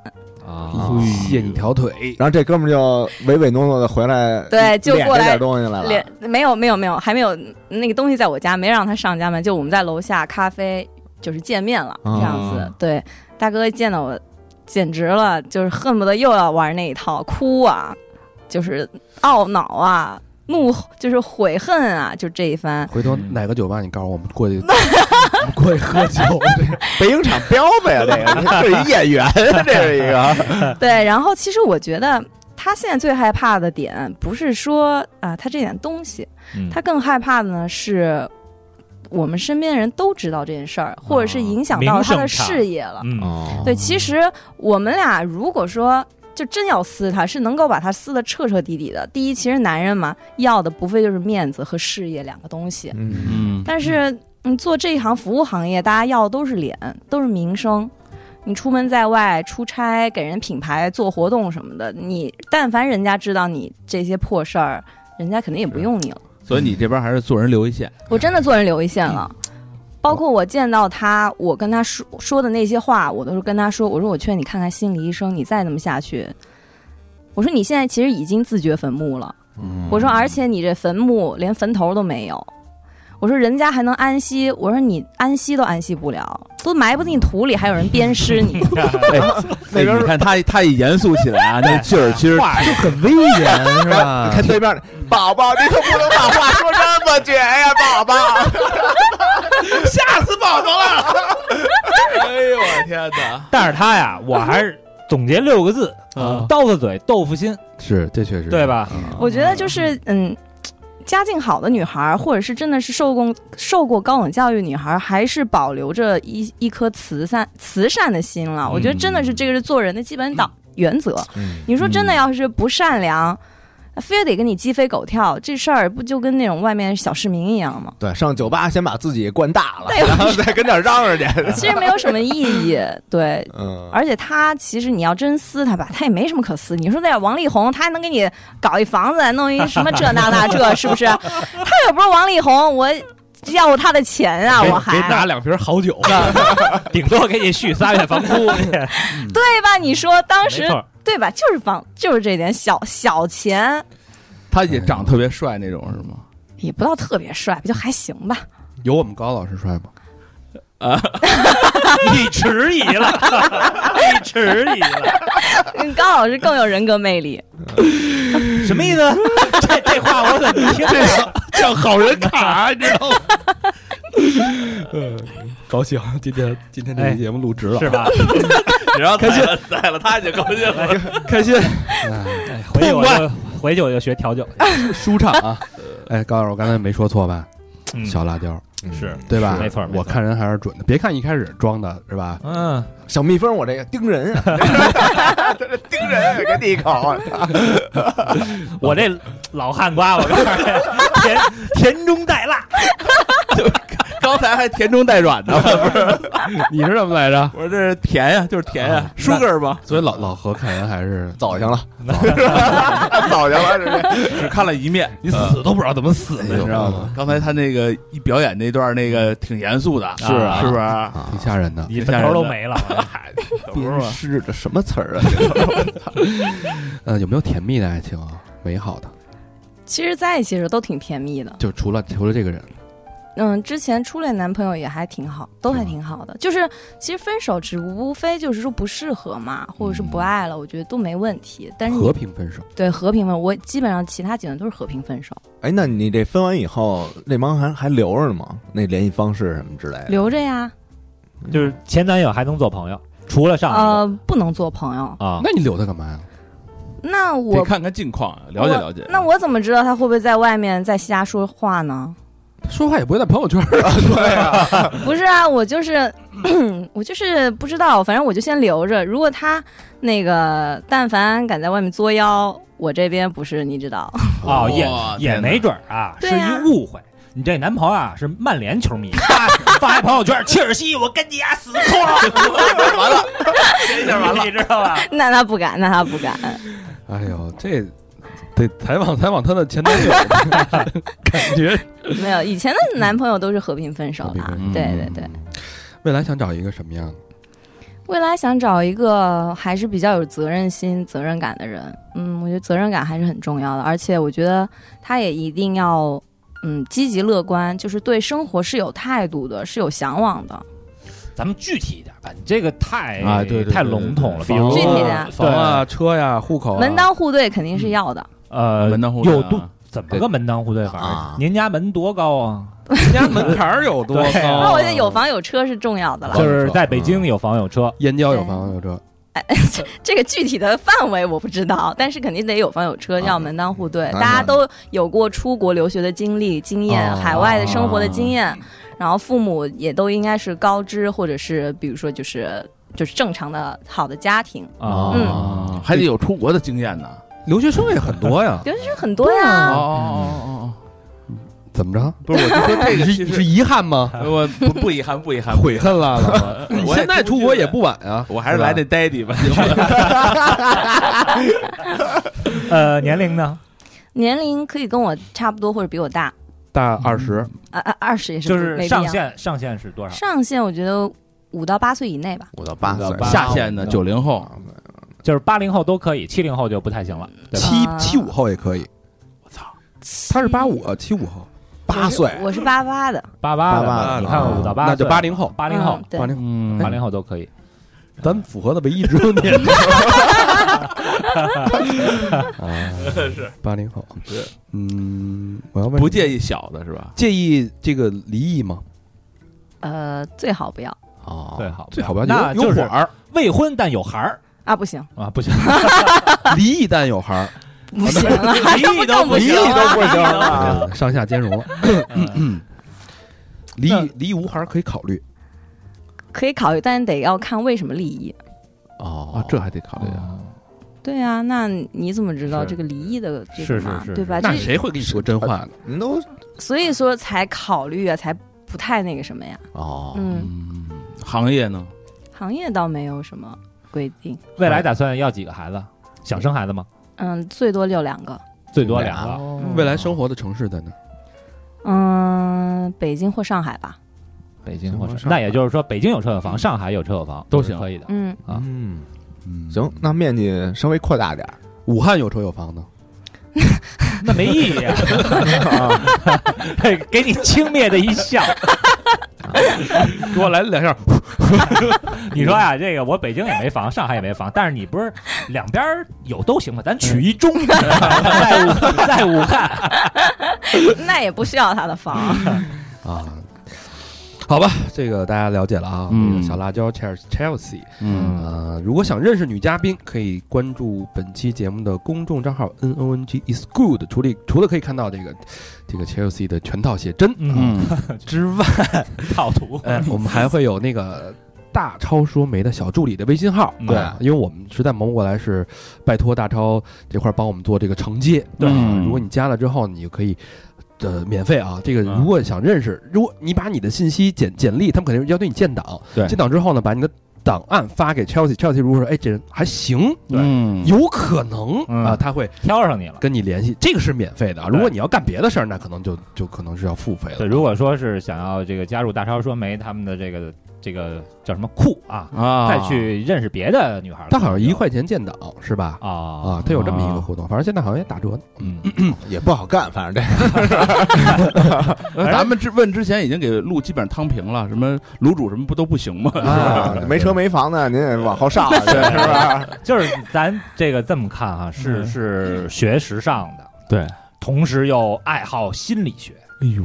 [SPEAKER 6] 啊，
[SPEAKER 1] 卸你条腿，
[SPEAKER 3] 然后这哥们儿就唯唯诺诺的回来，
[SPEAKER 4] 对就
[SPEAKER 3] 敛
[SPEAKER 4] 过
[SPEAKER 3] 着
[SPEAKER 4] 来
[SPEAKER 3] 点东西来了
[SPEAKER 4] 连，没有没有没有，还没有那个东西在我家，没让他上家门，就我们在楼下咖啡就是见面了、
[SPEAKER 3] 哦
[SPEAKER 4] 这样子。对，大哥一见到我，简直了，就是恨不得又要玩那一套，哭啊，就是懊恼啊，怒就是悔恨啊，就这一番。
[SPEAKER 6] 嗯
[SPEAKER 1] 回头哪个酒吧你告诉我们过去 们过去喝 酒，
[SPEAKER 3] 北影厂彪子呀， 这个这是一演员，这是一个。
[SPEAKER 4] 对，然后其实我觉得他现在最害怕的点不是说啊、他这点东西，
[SPEAKER 2] 嗯
[SPEAKER 4] 他更害怕的呢是。我们身边人都知道这件事儿，或者是影响
[SPEAKER 6] 名
[SPEAKER 4] 到他
[SPEAKER 6] 声
[SPEAKER 4] 的
[SPEAKER 6] 差
[SPEAKER 4] 事业了。
[SPEAKER 6] 嗯，
[SPEAKER 1] 哦
[SPEAKER 4] 对，其实我们俩如果说就真要撕他，是能够把他撕得彻彻底底的。第一，其实男人嘛，要的不非就是面子和事业两个东西，
[SPEAKER 3] 嗯，
[SPEAKER 1] 嗯，
[SPEAKER 4] 但是你做这一行服务行业，大家要的都是脸，都是名声。你出门在外出差，给人品牌做活动什么的，你但凡人家知道你这些破事儿，人家肯定也不用你了。
[SPEAKER 5] 所以你这边还是做人留一线，
[SPEAKER 4] 我真的做人留一线了。包括我见到他，我跟他说说的那些话，我都是跟他说，我说我劝你看看心理医生，你再这么下去，我说你现在其实已经自掘坟墓了，
[SPEAKER 1] 嗯
[SPEAKER 4] 我说而且你这坟墓连坟头都没有，我说人家还能安息，我说你安息都安息不了，都埋不进土里，还有人鞭尸你，
[SPEAKER 3] 那边
[SPEAKER 5] 哎你看他他一严肃起来啊，那劲儿其 实
[SPEAKER 6] 话
[SPEAKER 1] 就很威严是吧
[SPEAKER 3] 你哎看对面儿，宝宝，你可不能把话说这么绝呀，宝宝， 吓死宝宝 了。
[SPEAKER 5] 哎呦我天哪！
[SPEAKER 6] 但是他呀，我还是总结六个字：
[SPEAKER 1] 啊
[SPEAKER 6] 刀子嘴豆腐心，
[SPEAKER 1] 是，嗯这确实
[SPEAKER 6] 对？吧？
[SPEAKER 4] 我觉得就是嗯。家境好的女孩儿，或者是真的是受过受过高等教育女孩儿，还是保留着一一颗慈善慈善的心了。我觉得真的是这个是做人的基本导原则。你说真的，要是不善良，非得跟你鸡飞狗跳，这事儿不就跟那种外面小市民一样吗？
[SPEAKER 3] 对，上酒吧先把自己灌大了，
[SPEAKER 4] 对
[SPEAKER 3] 然后再跟这儿嚷嚷去。
[SPEAKER 4] 其实没有什么意义。 对，
[SPEAKER 3] 嗯，
[SPEAKER 4] 而且他其实你要真撕他吧，他也没什么可撕。你说那点王力宏，他还能给你搞一房子，弄一什么这那那这，是不是？他又不是王力宏，我要他的钱啊，
[SPEAKER 1] 给
[SPEAKER 4] 我
[SPEAKER 1] 给拿
[SPEAKER 4] 还
[SPEAKER 1] 两瓶好酒，
[SPEAKER 6] 顶多给你续仨月房租，没
[SPEAKER 4] 对吧？你说当时
[SPEAKER 6] 错。
[SPEAKER 4] 对吧？就是房，就是这点小小钱，
[SPEAKER 5] 他也长得特别帅那种是吗？
[SPEAKER 4] 也不到特别帅，不就还行吧？
[SPEAKER 1] 有我们高老师帅吗？
[SPEAKER 6] 你迟疑了，你迟疑了，
[SPEAKER 4] 嗯高老师更有人格魅力，
[SPEAKER 6] 什么意思？ 这这话我怎么听着？
[SPEAKER 1] 像好人卡，你知道吗？嗯，高兴，今天今天这期节目录值了，
[SPEAKER 6] 哎是吧？
[SPEAKER 5] 只要开心宰了他就高兴了。
[SPEAKER 1] 开心
[SPEAKER 6] 哎回去我就回去我就学调酒，
[SPEAKER 1] 舒畅啊！哎，高老师，我刚才没说错吧？
[SPEAKER 6] 嗯
[SPEAKER 1] 小辣椒，
[SPEAKER 6] 是
[SPEAKER 1] 对吧？
[SPEAKER 6] 没错没错
[SPEAKER 1] 我看人还是准的，别看一开始装的是吧？
[SPEAKER 6] 嗯，
[SPEAKER 3] 小蜜蜂，我这个盯人 啊，在这盯人，给你一口。啊
[SPEAKER 6] 我这老汉瓜，我告诉你，甜甜中带辣，
[SPEAKER 5] 刚才还甜中带软 呢，
[SPEAKER 1] 你是什么来着？
[SPEAKER 5] 我说这是甜呀，就是甜呀
[SPEAKER 1] 啊
[SPEAKER 5] ，sugar 吧。
[SPEAKER 1] 所以老老何看人还是
[SPEAKER 3] 早行了，早行了，这是
[SPEAKER 5] 只看了一面，
[SPEAKER 1] 你死都不知道怎么死啊
[SPEAKER 5] 你
[SPEAKER 1] 的，你
[SPEAKER 5] 知
[SPEAKER 1] 知
[SPEAKER 5] 道
[SPEAKER 1] 道
[SPEAKER 5] 吗
[SPEAKER 1] 吗？？
[SPEAKER 5] 刚才他那个一表演那段，那个挺严肃的，
[SPEAKER 6] 是啊
[SPEAKER 5] 是不是？
[SPEAKER 1] 挺吓人的。
[SPEAKER 6] 你坟头都没 了。
[SPEAKER 3] 鞭尸这什么词儿啊？
[SPEAKER 1] 呃，有没有甜蜜的爱情啊？美好的，
[SPEAKER 4] 其实在一起的时候都挺甜蜜的。
[SPEAKER 1] 就除了除了这个人，
[SPEAKER 4] 嗯，之前初恋男朋友也还挺好，都还挺好的。就是其实分手只无非就是说不适合嘛，或者是不爱了，我觉得都没问题。但是你
[SPEAKER 1] 和平分手，
[SPEAKER 4] 对和平分，我基本上其他几段都是和平分手，
[SPEAKER 3] 哎，那你这分完以后，那帮还还留着呢吗？那联系方式什么之类的？
[SPEAKER 4] 留着呀。
[SPEAKER 6] 就是前男友还能做朋友，除了上一
[SPEAKER 4] 呃
[SPEAKER 6] 个，
[SPEAKER 4] 不能做朋友。
[SPEAKER 6] 啊，
[SPEAKER 1] 那你留他干嘛呀？
[SPEAKER 4] 那
[SPEAKER 5] 得
[SPEAKER 4] 我
[SPEAKER 5] 看看近况，了解
[SPEAKER 4] 我
[SPEAKER 5] 了解。
[SPEAKER 4] 那我怎么知道他会不会在外面再瞎说话呢？
[SPEAKER 1] 说话也不会在朋友圈啊。
[SPEAKER 4] 不是啊，我就是。 我就是不知道，反正我就先留着。如果他那个，但凡敢在外面作妖，我这边不是你知道，
[SPEAKER 6] 哦，
[SPEAKER 5] 哇
[SPEAKER 6] 也也
[SPEAKER 5] 天哪
[SPEAKER 6] 没准儿啊，
[SPEAKER 4] 对
[SPEAKER 6] 是
[SPEAKER 4] 啊
[SPEAKER 6] 一误会。你这男朋友啊是曼联球迷，发 发一朋友圈，切尔西，我跟你丫死抠，
[SPEAKER 5] 完 了，这下完了。
[SPEAKER 6] 你知道吧？
[SPEAKER 4] 那他不敢，那他不敢。
[SPEAKER 1] 哎呦，这得采访采访他的前男友，感觉
[SPEAKER 4] 没有，以前的男朋友都是和平分手
[SPEAKER 1] 嗯和平
[SPEAKER 4] 的
[SPEAKER 1] 分手。
[SPEAKER 4] 对对对，
[SPEAKER 1] 未来想找一个什么样的？
[SPEAKER 4] 未来想找一个还是比较有责任心、责任感的人。嗯，我觉得责任感还是很重要的，而且我觉得他也一定要嗯积极乐观，就是对生活是有态度的，是有向往的。
[SPEAKER 6] 咱们具体一点吧，你这个太
[SPEAKER 5] 啊对对对
[SPEAKER 6] 太笼统了。比
[SPEAKER 5] 对
[SPEAKER 6] 如
[SPEAKER 4] 具体的
[SPEAKER 1] 房啊、车呀、户口啊，
[SPEAKER 4] 门当户对肯定是要的。
[SPEAKER 6] 呃，
[SPEAKER 5] 门当户对啊
[SPEAKER 6] 有度怎么个门当户对法
[SPEAKER 3] 啊
[SPEAKER 6] 儿？您家门多高啊？啊
[SPEAKER 1] 人家门槛儿有
[SPEAKER 5] 啊
[SPEAKER 1] 多
[SPEAKER 7] 对
[SPEAKER 2] 哦
[SPEAKER 1] 高？
[SPEAKER 4] 那我觉得有房有车是重要的了。
[SPEAKER 7] 就是在北京有房有车，
[SPEAKER 1] 燕郊有房有车，
[SPEAKER 4] 这个具体的范围我不知道，但是肯定得有房有车，要门当户对。大家都有过出国留学的经历、经验、海外的生活的经验，然后父母也都应该是高知，或者是比如说就是就是正常的好的家庭。
[SPEAKER 7] 啊
[SPEAKER 5] 啊，还得有出国的经验呢。
[SPEAKER 1] 留学生也很多 呀。
[SPEAKER 4] 留学生很多
[SPEAKER 1] 啊
[SPEAKER 5] 哦
[SPEAKER 4] 呀，
[SPEAKER 5] 哦
[SPEAKER 1] 怎么着？
[SPEAKER 5] 不是，我就说这个
[SPEAKER 1] 啊你
[SPEAKER 5] 其
[SPEAKER 1] 是你
[SPEAKER 5] 实
[SPEAKER 1] 是遗憾吗？
[SPEAKER 5] 我不不遗憾，不遗憾，
[SPEAKER 1] 悔恨了？老婆
[SPEAKER 5] 我
[SPEAKER 1] 你
[SPEAKER 5] 我
[SPEAKER 1] 现在出国也不晚啊。
[SPEAKER 5] 我还是来这呆地吧。
[SPEAKER 2] 呃，年龄呢？
[SPEAKER 4] 年龄可以跟我差不多或者比我大，
[SPEAKER 1] 大二十，
[SPEAKER 4] 啊啊二十也是
[SPEAKER 2] 就
[SPEAKER 4] 没
[SPEAKER 2] 是
[SPEAKER 4] 必
[SPEAKER 2] 上
[SPEAKER 4] 要
[SPEAKER 2] 限上限是多少？
[SPEAKER 4] 上限我觉得五到八岁以内吧，
[SPEAKER 3] 五到八岁
[SPEAKER 7] 五到，八
[SPEAKER 5] 下
[SPEAKER 1] 啊
[SPEAKER 5] 线的九零后，
[SPEAKER 2] 就是八零后都可以，七零后就不太行了。对吧
[SPEAKER 1] 七
[SPEAKER 4] 啊
[SPEAKER 1] 七五后也可以。他是八五，呃七五后，
[SPEAKER 3] 八岁
[SPEAKER 4] 我是八八的，
[SPEAKER 2] 八八
[SPEAKER 3] 八八
[SPEAKER 2] 的，
[SPEAKER 3] 的
[SPEAKER 2] 你看五到八，
[SPEAKER 1] 啊那就八哎零后，
[SPEAKER 2] 八零后
[SPEAKER 4] 嗯，对
[SPEAKER 1] 八零，
[SPEAKER 5] 嗯
[SPEAKER 2] 八零后都可以。
[SPEAKER 1] 咱们符合的唯一只有 年龄。啊，是八零后，
[SPEAKER 5] 是
[SPEAKER 1] 嗯，我要问
[SPEAKER 5] 不
[SPEAKER 1] 介
[SPEAKER 5] 介意小的是吧？
[SPEAKER 1] 介意这个离异吗？
[SPEAKER 4] 呃，最好不要
[SPEAKER 1] 哦
[SPEAKER 2] 最好
[SPEAKER 1] 最好不要
[SPEAKER 2] 那
[SPEAKER 1] 有有
[SPEAKER 2] 就
[SPEAKER 1] 火
[SPEAKER 2] 是
[SPEAKER 1] 儿，
[SPEAKER 2] 未婚但有孩儿
[SPEAKER 4] 啊，不行
[SPEAKER 2] 啊， 不行，
[SPEAKER 1] 离异但有孩 儿，
[SPEAKER 4] 不行啊，
[SPEAKER 2] 离异都
[SPEAKER 4] 更不行
[SPEAKER 3] 离异都
[SPEAKER 4] 啊，
[SPEAKER 3] 不行
[SPEAKER 1] 对
[SPEAKER 3] 了，
[SPEAKER 1] 对对上下兼容了。嗯离
[SPEAKER 2] 那
[SPEAKER 1] 异离异无孩儿可以考虑
[SPEAKER 4] 可以考虑，但得要看为什么离异。
[SPEAKER 1] 哦
[SPEAKER 5] 啊，这还得考虑啊。
[SPEAKER 4] 对啊，那你怎么知道
[SPEAKER 2] 是
[SPEAKER 4] 这个离异的这
[SPEAKER 2] 是
[SPEAKER 4] 个
[SPEAKER 2] 是
[SPEAKER 4] 嘛
[SPEAKER 2] 是，
[SPEAKER 4] 对吧？
[SPEAKER 1] 那
[SPEAKER 4] 这
[SPEAKER 1] 谁会跟你说真话呢？
[SPEAKER 3] 您都
[SPEAKER 4] 所以说才考虑啊，才不太那个什么呀。
[SPEAKER 1] 哦
[SPEAKER 4] 嗯，
[SPEAKER 5] 行业呢？
[SPEAKER 4] 行业倒没有什么规定，
[SPEAKER 2] 未来打算要几个孩子？想生孩子吗？
[SPEAKER 4] 嗯，最多就两个。
[SPEAKER 2] 最多两个。
[SPEAKER 4] 嗯
[SPEAKER 1] 未来生活的城市在哪儿？
[SPEAKER 4] 嗯，北京或上海吧。
[SPEAKER 2] 北京或
[SPEAKER 5] 行吧
[SPEAKER 2] 者
[SPEAKER 5] 上
[SPEAKER 2] 那也就是说，北京有车有房，上海有车有房
[SPEAKER 5] 都
[SPEAKER 2] 是
[SPEAKER 5] 行
[SPEAKER 2] 可以的。
[SPEAKER 4] 嗯，
[SPEAKER 2] 啊
[SPEAKER 1] 嗯嗯，
[SPEAKER 3] 行，那面积稍微扩大点儿，
[SPEAKER 1] 武汉有车有房的，
[SPEAKER 2] 那没意义啊！给你轻蔑的一笑。
[SPEAKER 1] 给我来两下。
[SPEAKER 2] 你说呀、这个我北京也没房，上海也没房，但是你不是两边儿有都行吗？咱取一中， 在武在武汉，
[SPEAKER 4] 那也不需要他的房。
[SPEAKER 1] 啊。好吧，这个大家了解了啊。
[SPEAKER 5] 嗯
[SPEAKER 1] 这个小辣椒 Chel- Chelsea，
[SPEAKER 5] 嗯
[SPEAKER 1] 啊，如果想认识女嘉宾，可以关注本期节目的公众账号 N O N G is good。除了除了可以看到这个这个 Chelsea 的全套写真啊
[SPEAKER 5] 嗯，
[SPEAKER 1] 之外，
[SPEAKER 2] 套图。
[SPEAKER 1] 哎，我们还会有那个大超说媒的小助理的微信号，
[SPEAKER 2] 嗯
[SPEAKER 1] 对，因为我们实在忙不过来，是拜托大超这块儿帮我们做这个承接。
[SPEAKER 2] 对
[SPEAKER 1] 啊
[SPEAKER 5] 嗯
[SPEAKER 1] 如果你加了之后，你就可以。呃，免费啊！这个
[SPEAKER 2] 嗯
[SPEAKER 1] 如果想认识，如果你把你的信息简简历，他们肯定要对你建档。
[SPEAKER 5] 对
[SPEAKER 1] 建档之后呢，把你的档案发给 Chelsea，Chelsea 如果说哎这人还行，
[SPEAKER 5] 嗯
[SPEAKER 1] 有可能
[SPEAKER 2] 嗯
[SPEAKER 1] 啊，他会
[SPEAKER 2] 挑上你了。
[SPEAKER 1] 跟你联系。这个是免费的啊。如
[SPEAKER 2] 对
[SPEAKER 1] 果你要干别的事儿，那可能就就可能是要付费了。
[SPEAKER 2] 对，如果说是想要这个加入大超说媒他们的这个这个叫什么库啊，
[SPEAKER 5] 啊，
[SPEAKER 2] 再去认识别的女孩儿，
[SPEAKER 1] 他好像一块钱建档是吧？
[SPEAKER 2] 啊
[SPEAKER 1] 啊
[SPEAKER 2] 啊，
[SPEAKER 1] 它有这么一个活动，反正现在好像也打折呢。
[SPEAKER 2] 嗯，
[SPEAKER 3] 也不好干，反正
[SPEAKER 5] 哎
[SPEAKER 1] 哎
[SPEAKER 5] 咱们之问之前已经给路基本上汤平了，什么卤煮什么不都不行
[SPEAKER 2] 嗯
[SPEAKER 5] 吗？
[SPEAKER 3] 这啊 没车没房的，您也往后上，是不是？
[SPEAKER 2] 就是咱这个这么看啊，是是学时尚的，
[SPEAKER 5] 嗯对，
[SPEAKER 2] 同时又爱好心理学，
[SPEAKER 5] 哎呦，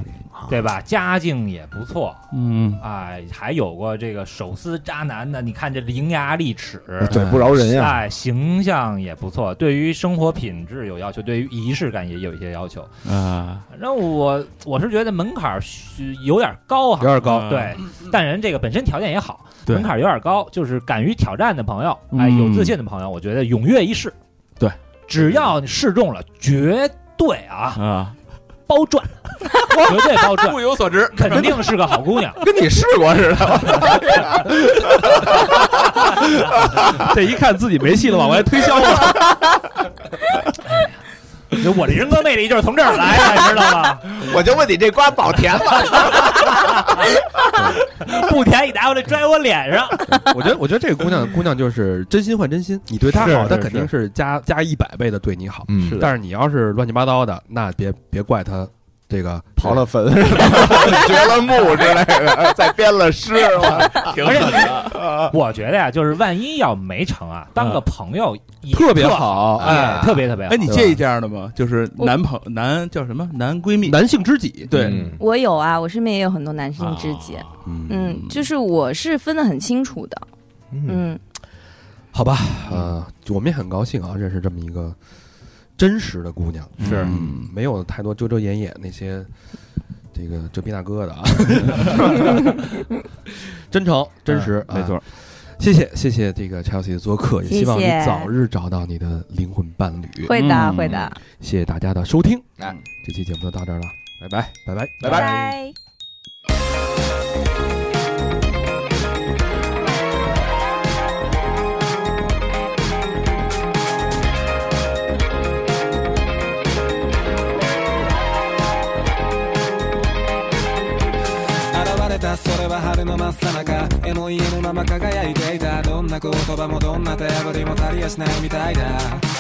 [SPEAKER 2] 对吧？家境也不错，
[SPEAKER 5] 嗯，
[SPEAKER 2] 哎，还有过这个手撕渣男的，你看这伶牙俐齿，
[SPEAKER 3] 嘴不饶人呀，
[SPEAKER 2] 哎，形象也不错，对于生活品质有要求，对于仪式感也有一些要求。
[SPEAKER 5] 啊，
[SPEAKER 2] 反正我我是觉得门槛儿是有点高
[SPEAKER 1] 有
[SPEAKER 2] 哈，
[SPEAKER 1] 点
[SPEAKER 5] 嗯
[SPEAKER 1] 高，
[SPEAKER 2] 对，但人这个本身条件也好，
[SPEAKER 5] 啊对
[SPEAKER 2] 门槛儿有点高，就是敢于挑战的朋友，哎，
[SPEAKER 5] 嗯
[SPEAKER 2] 有自信的朋友，我觉得踊跃一试。
[SPEAKER 5] 对，
[SPEAKER 2] 只要你试中了，绝对啊
[SPEAKER 5] 啊，
[SPEAKER 2] 包 赚，绝对包赚，
[SPEAKER 5] 有所知，
[SPEAKER 2] 肯定是个好姑娘。
[SPEAKER 3] 跟你试过似的，
[SPEAKER 1] 这一看自己没戏了，往外推销了。
[SPEAKER 2] 我的人格魅力就是从这儿来 的，知道吗？
[SPEAKER 3] 我就问你这瓜保甜吗？
[SPEAKER 2] 不甜你拿过来拽我脸上，
[SPEAKER 1] 我觉得，我觉得这个姑娘，姑娘就是真心换真心，你对她
[SPEAKER 5] 是
[SPEAKER 1] 好，她
[SPEAKER 5] 是
[SPEAKER 1] 肯定是加加一百倍的对你好。
[SPEAKER 3] 嗯
[SPEAKER 1] 但是你要是乱七八糟的，那别别怪她这个
[SPEAKER 3] 刨 了坟，掘了墓之类的，再编了诗，我
[SPEAKER 2] 而且
[SPEAKER 6] 我觉得呀，就是万一要没成啊，当
[SPEAKER 5] 嗯
[SPEAKER 6] 个朋友也
[SPEAKER 1] 特别，好，哎，
[SPEAKER 6] 哎，特别特别好
[SPEAKER 5] 哎，。你介意这样的吗？就是男朋男叫什么男闺蜜？
[SPEAKER 1] 男性知己，
[SPEAKER 5] 对，
[SPEAKER 3] 嗯
[SPEAKER 4] 我有啊，我身边也有很多男性知己，
[SPEAKER 1] 啊
[SPEAKER 4] 嗯，就是我是分得很清楚的，嗯，
[SPEAKER 1] 好吧，呃，我们也很高兴啊，认识这么一个真实的姑娘，
[SPEAKER 5] 是
[SPEAKER 1] 嗯，没有太多遮遮掩掩那些这个遮皮大哥的啊， 真诚真实，
[SPEAKER 5] 嗯没
[SPEAKER 1] 啊。
[SPEAKER 5] 错。
[SPEAKER 1] 谢谢谢谢这个 Chelsea 的做客，也
[SPEAKER 4] 谢谢
[SPEAKER 1] 希望你早日找到你的灵魂伴侣。
[SPEAKER 4] 会的
[SPEAKER 5] 嗯
[SPEAKER 4] 会的，
[SPEAKER 1] 谢谢大家的收听，
[SPEAKER 3] 哎
[SPEAKER 1] 这期节目就到这儿了，
[SPEAKER 3] 拜拜。
[SPEAKER 1] 拜拜。
[SPEAKER 3] 拜拜
[SPEAKER 4] 拜。
[SPEAKER 8] 現れたそれは春の真っ最中絵の家のまま輝いていたどんな言葉もどんな手破りも足りやしないみたいだ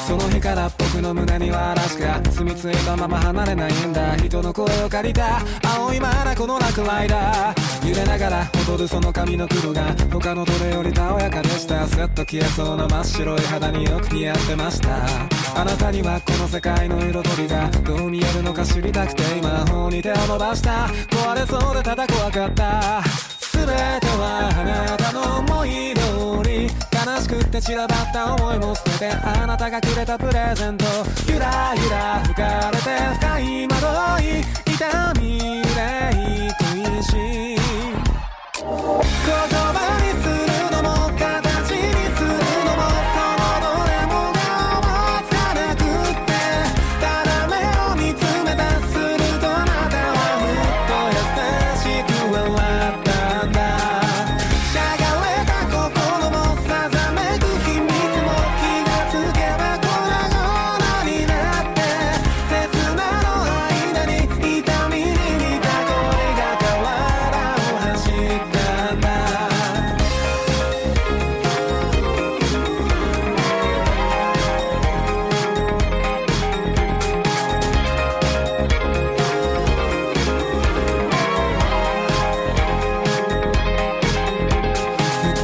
[SPEAKER 8] その日から僕の胸には嵐が住み着いたまま離れないんだ人の声を借りた青い眼この落雷だ揺れながら踊るその髪の黒が他のどれよりたおやかでしたスッと消えそうな真っ白い肌によく似合ってましたあなたにはこの世界の彩りがどう見えるのか知りたくて今法に手を伸ばした壊れそうでただ怖かった全てはあなたの思い通り悲しくって散らばった思いも捨ててあなたがくれたプレゼントゆらゆら浮かれて深い惑い痛み憂い恋しい言葉にするのも形にするのもそのどれもが思わなくってただ目を見つめたするとあなたはふっと優しく笑ったんだしゃがれた心もさざめく秘密も気がつけば粉々になって刹那の間に痛みに似た恋が体を走ったんだ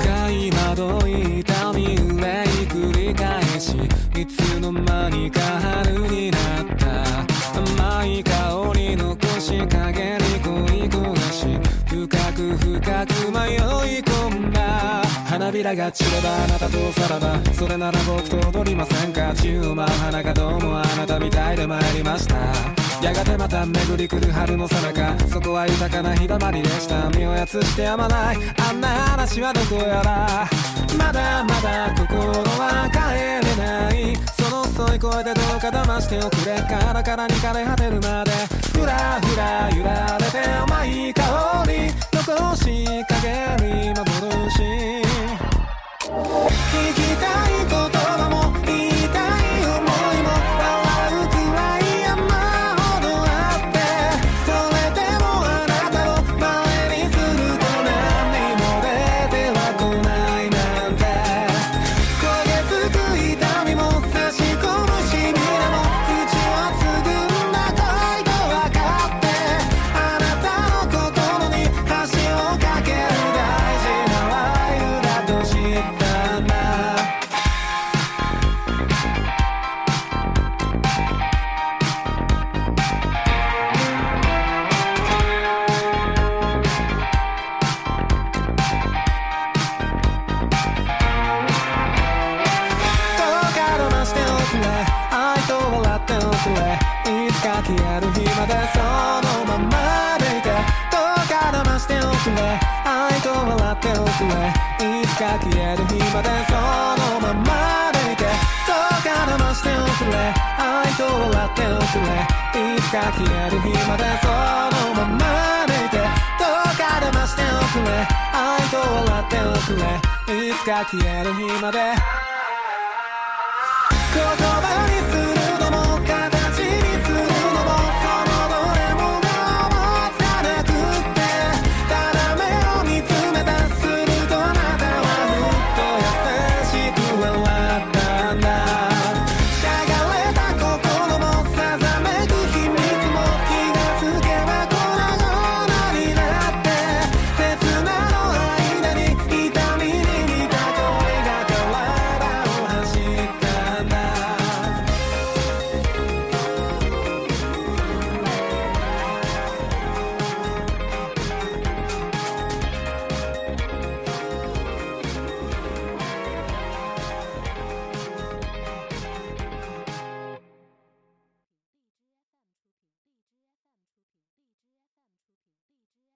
[SPEAKER 8] 深い惑い痛み憂い繰り返しいつの間にか春になった甘い香り残し陰に恋焦がし深く深く迷い込んだ花びらが散ればあなたとさらばそれなら僕と踊りませんか宙を舞う花がどうもあなたみたいで参りましたやがてまた巡り来る春のさなかそこは豊かな日だまりでした身をやつしてやまないあんな話はどこやらまだまだ心は帰れないその遅い声でどうか騙しておくれカラカラに枯れ果てるまでふらふら揺られて甘い香り残しかけに幻聞きたい言葉も言いたい思いも笑うくらい山ほどあってそれでもあなたを前にすると何にも出てはこないなんて焦げつく痛みも差し込むしびれも口をつぐんだ恋と分かってあなたの心に橋を架ける大事な愛だと知ったんだどうか騙しておくれ愛と笑っておくれいつか消える日までそのままでいてどうか騙しておくれ愛と笑っておくれいつか消える日までそのままでいてどうか騙しておくれ愛と笑っておくれいつか消える日までそのままでいてどうか騙しておくれ愛と笑っておくれいつか消える日まで言葉にするのも形にするのもそのどれもが思わ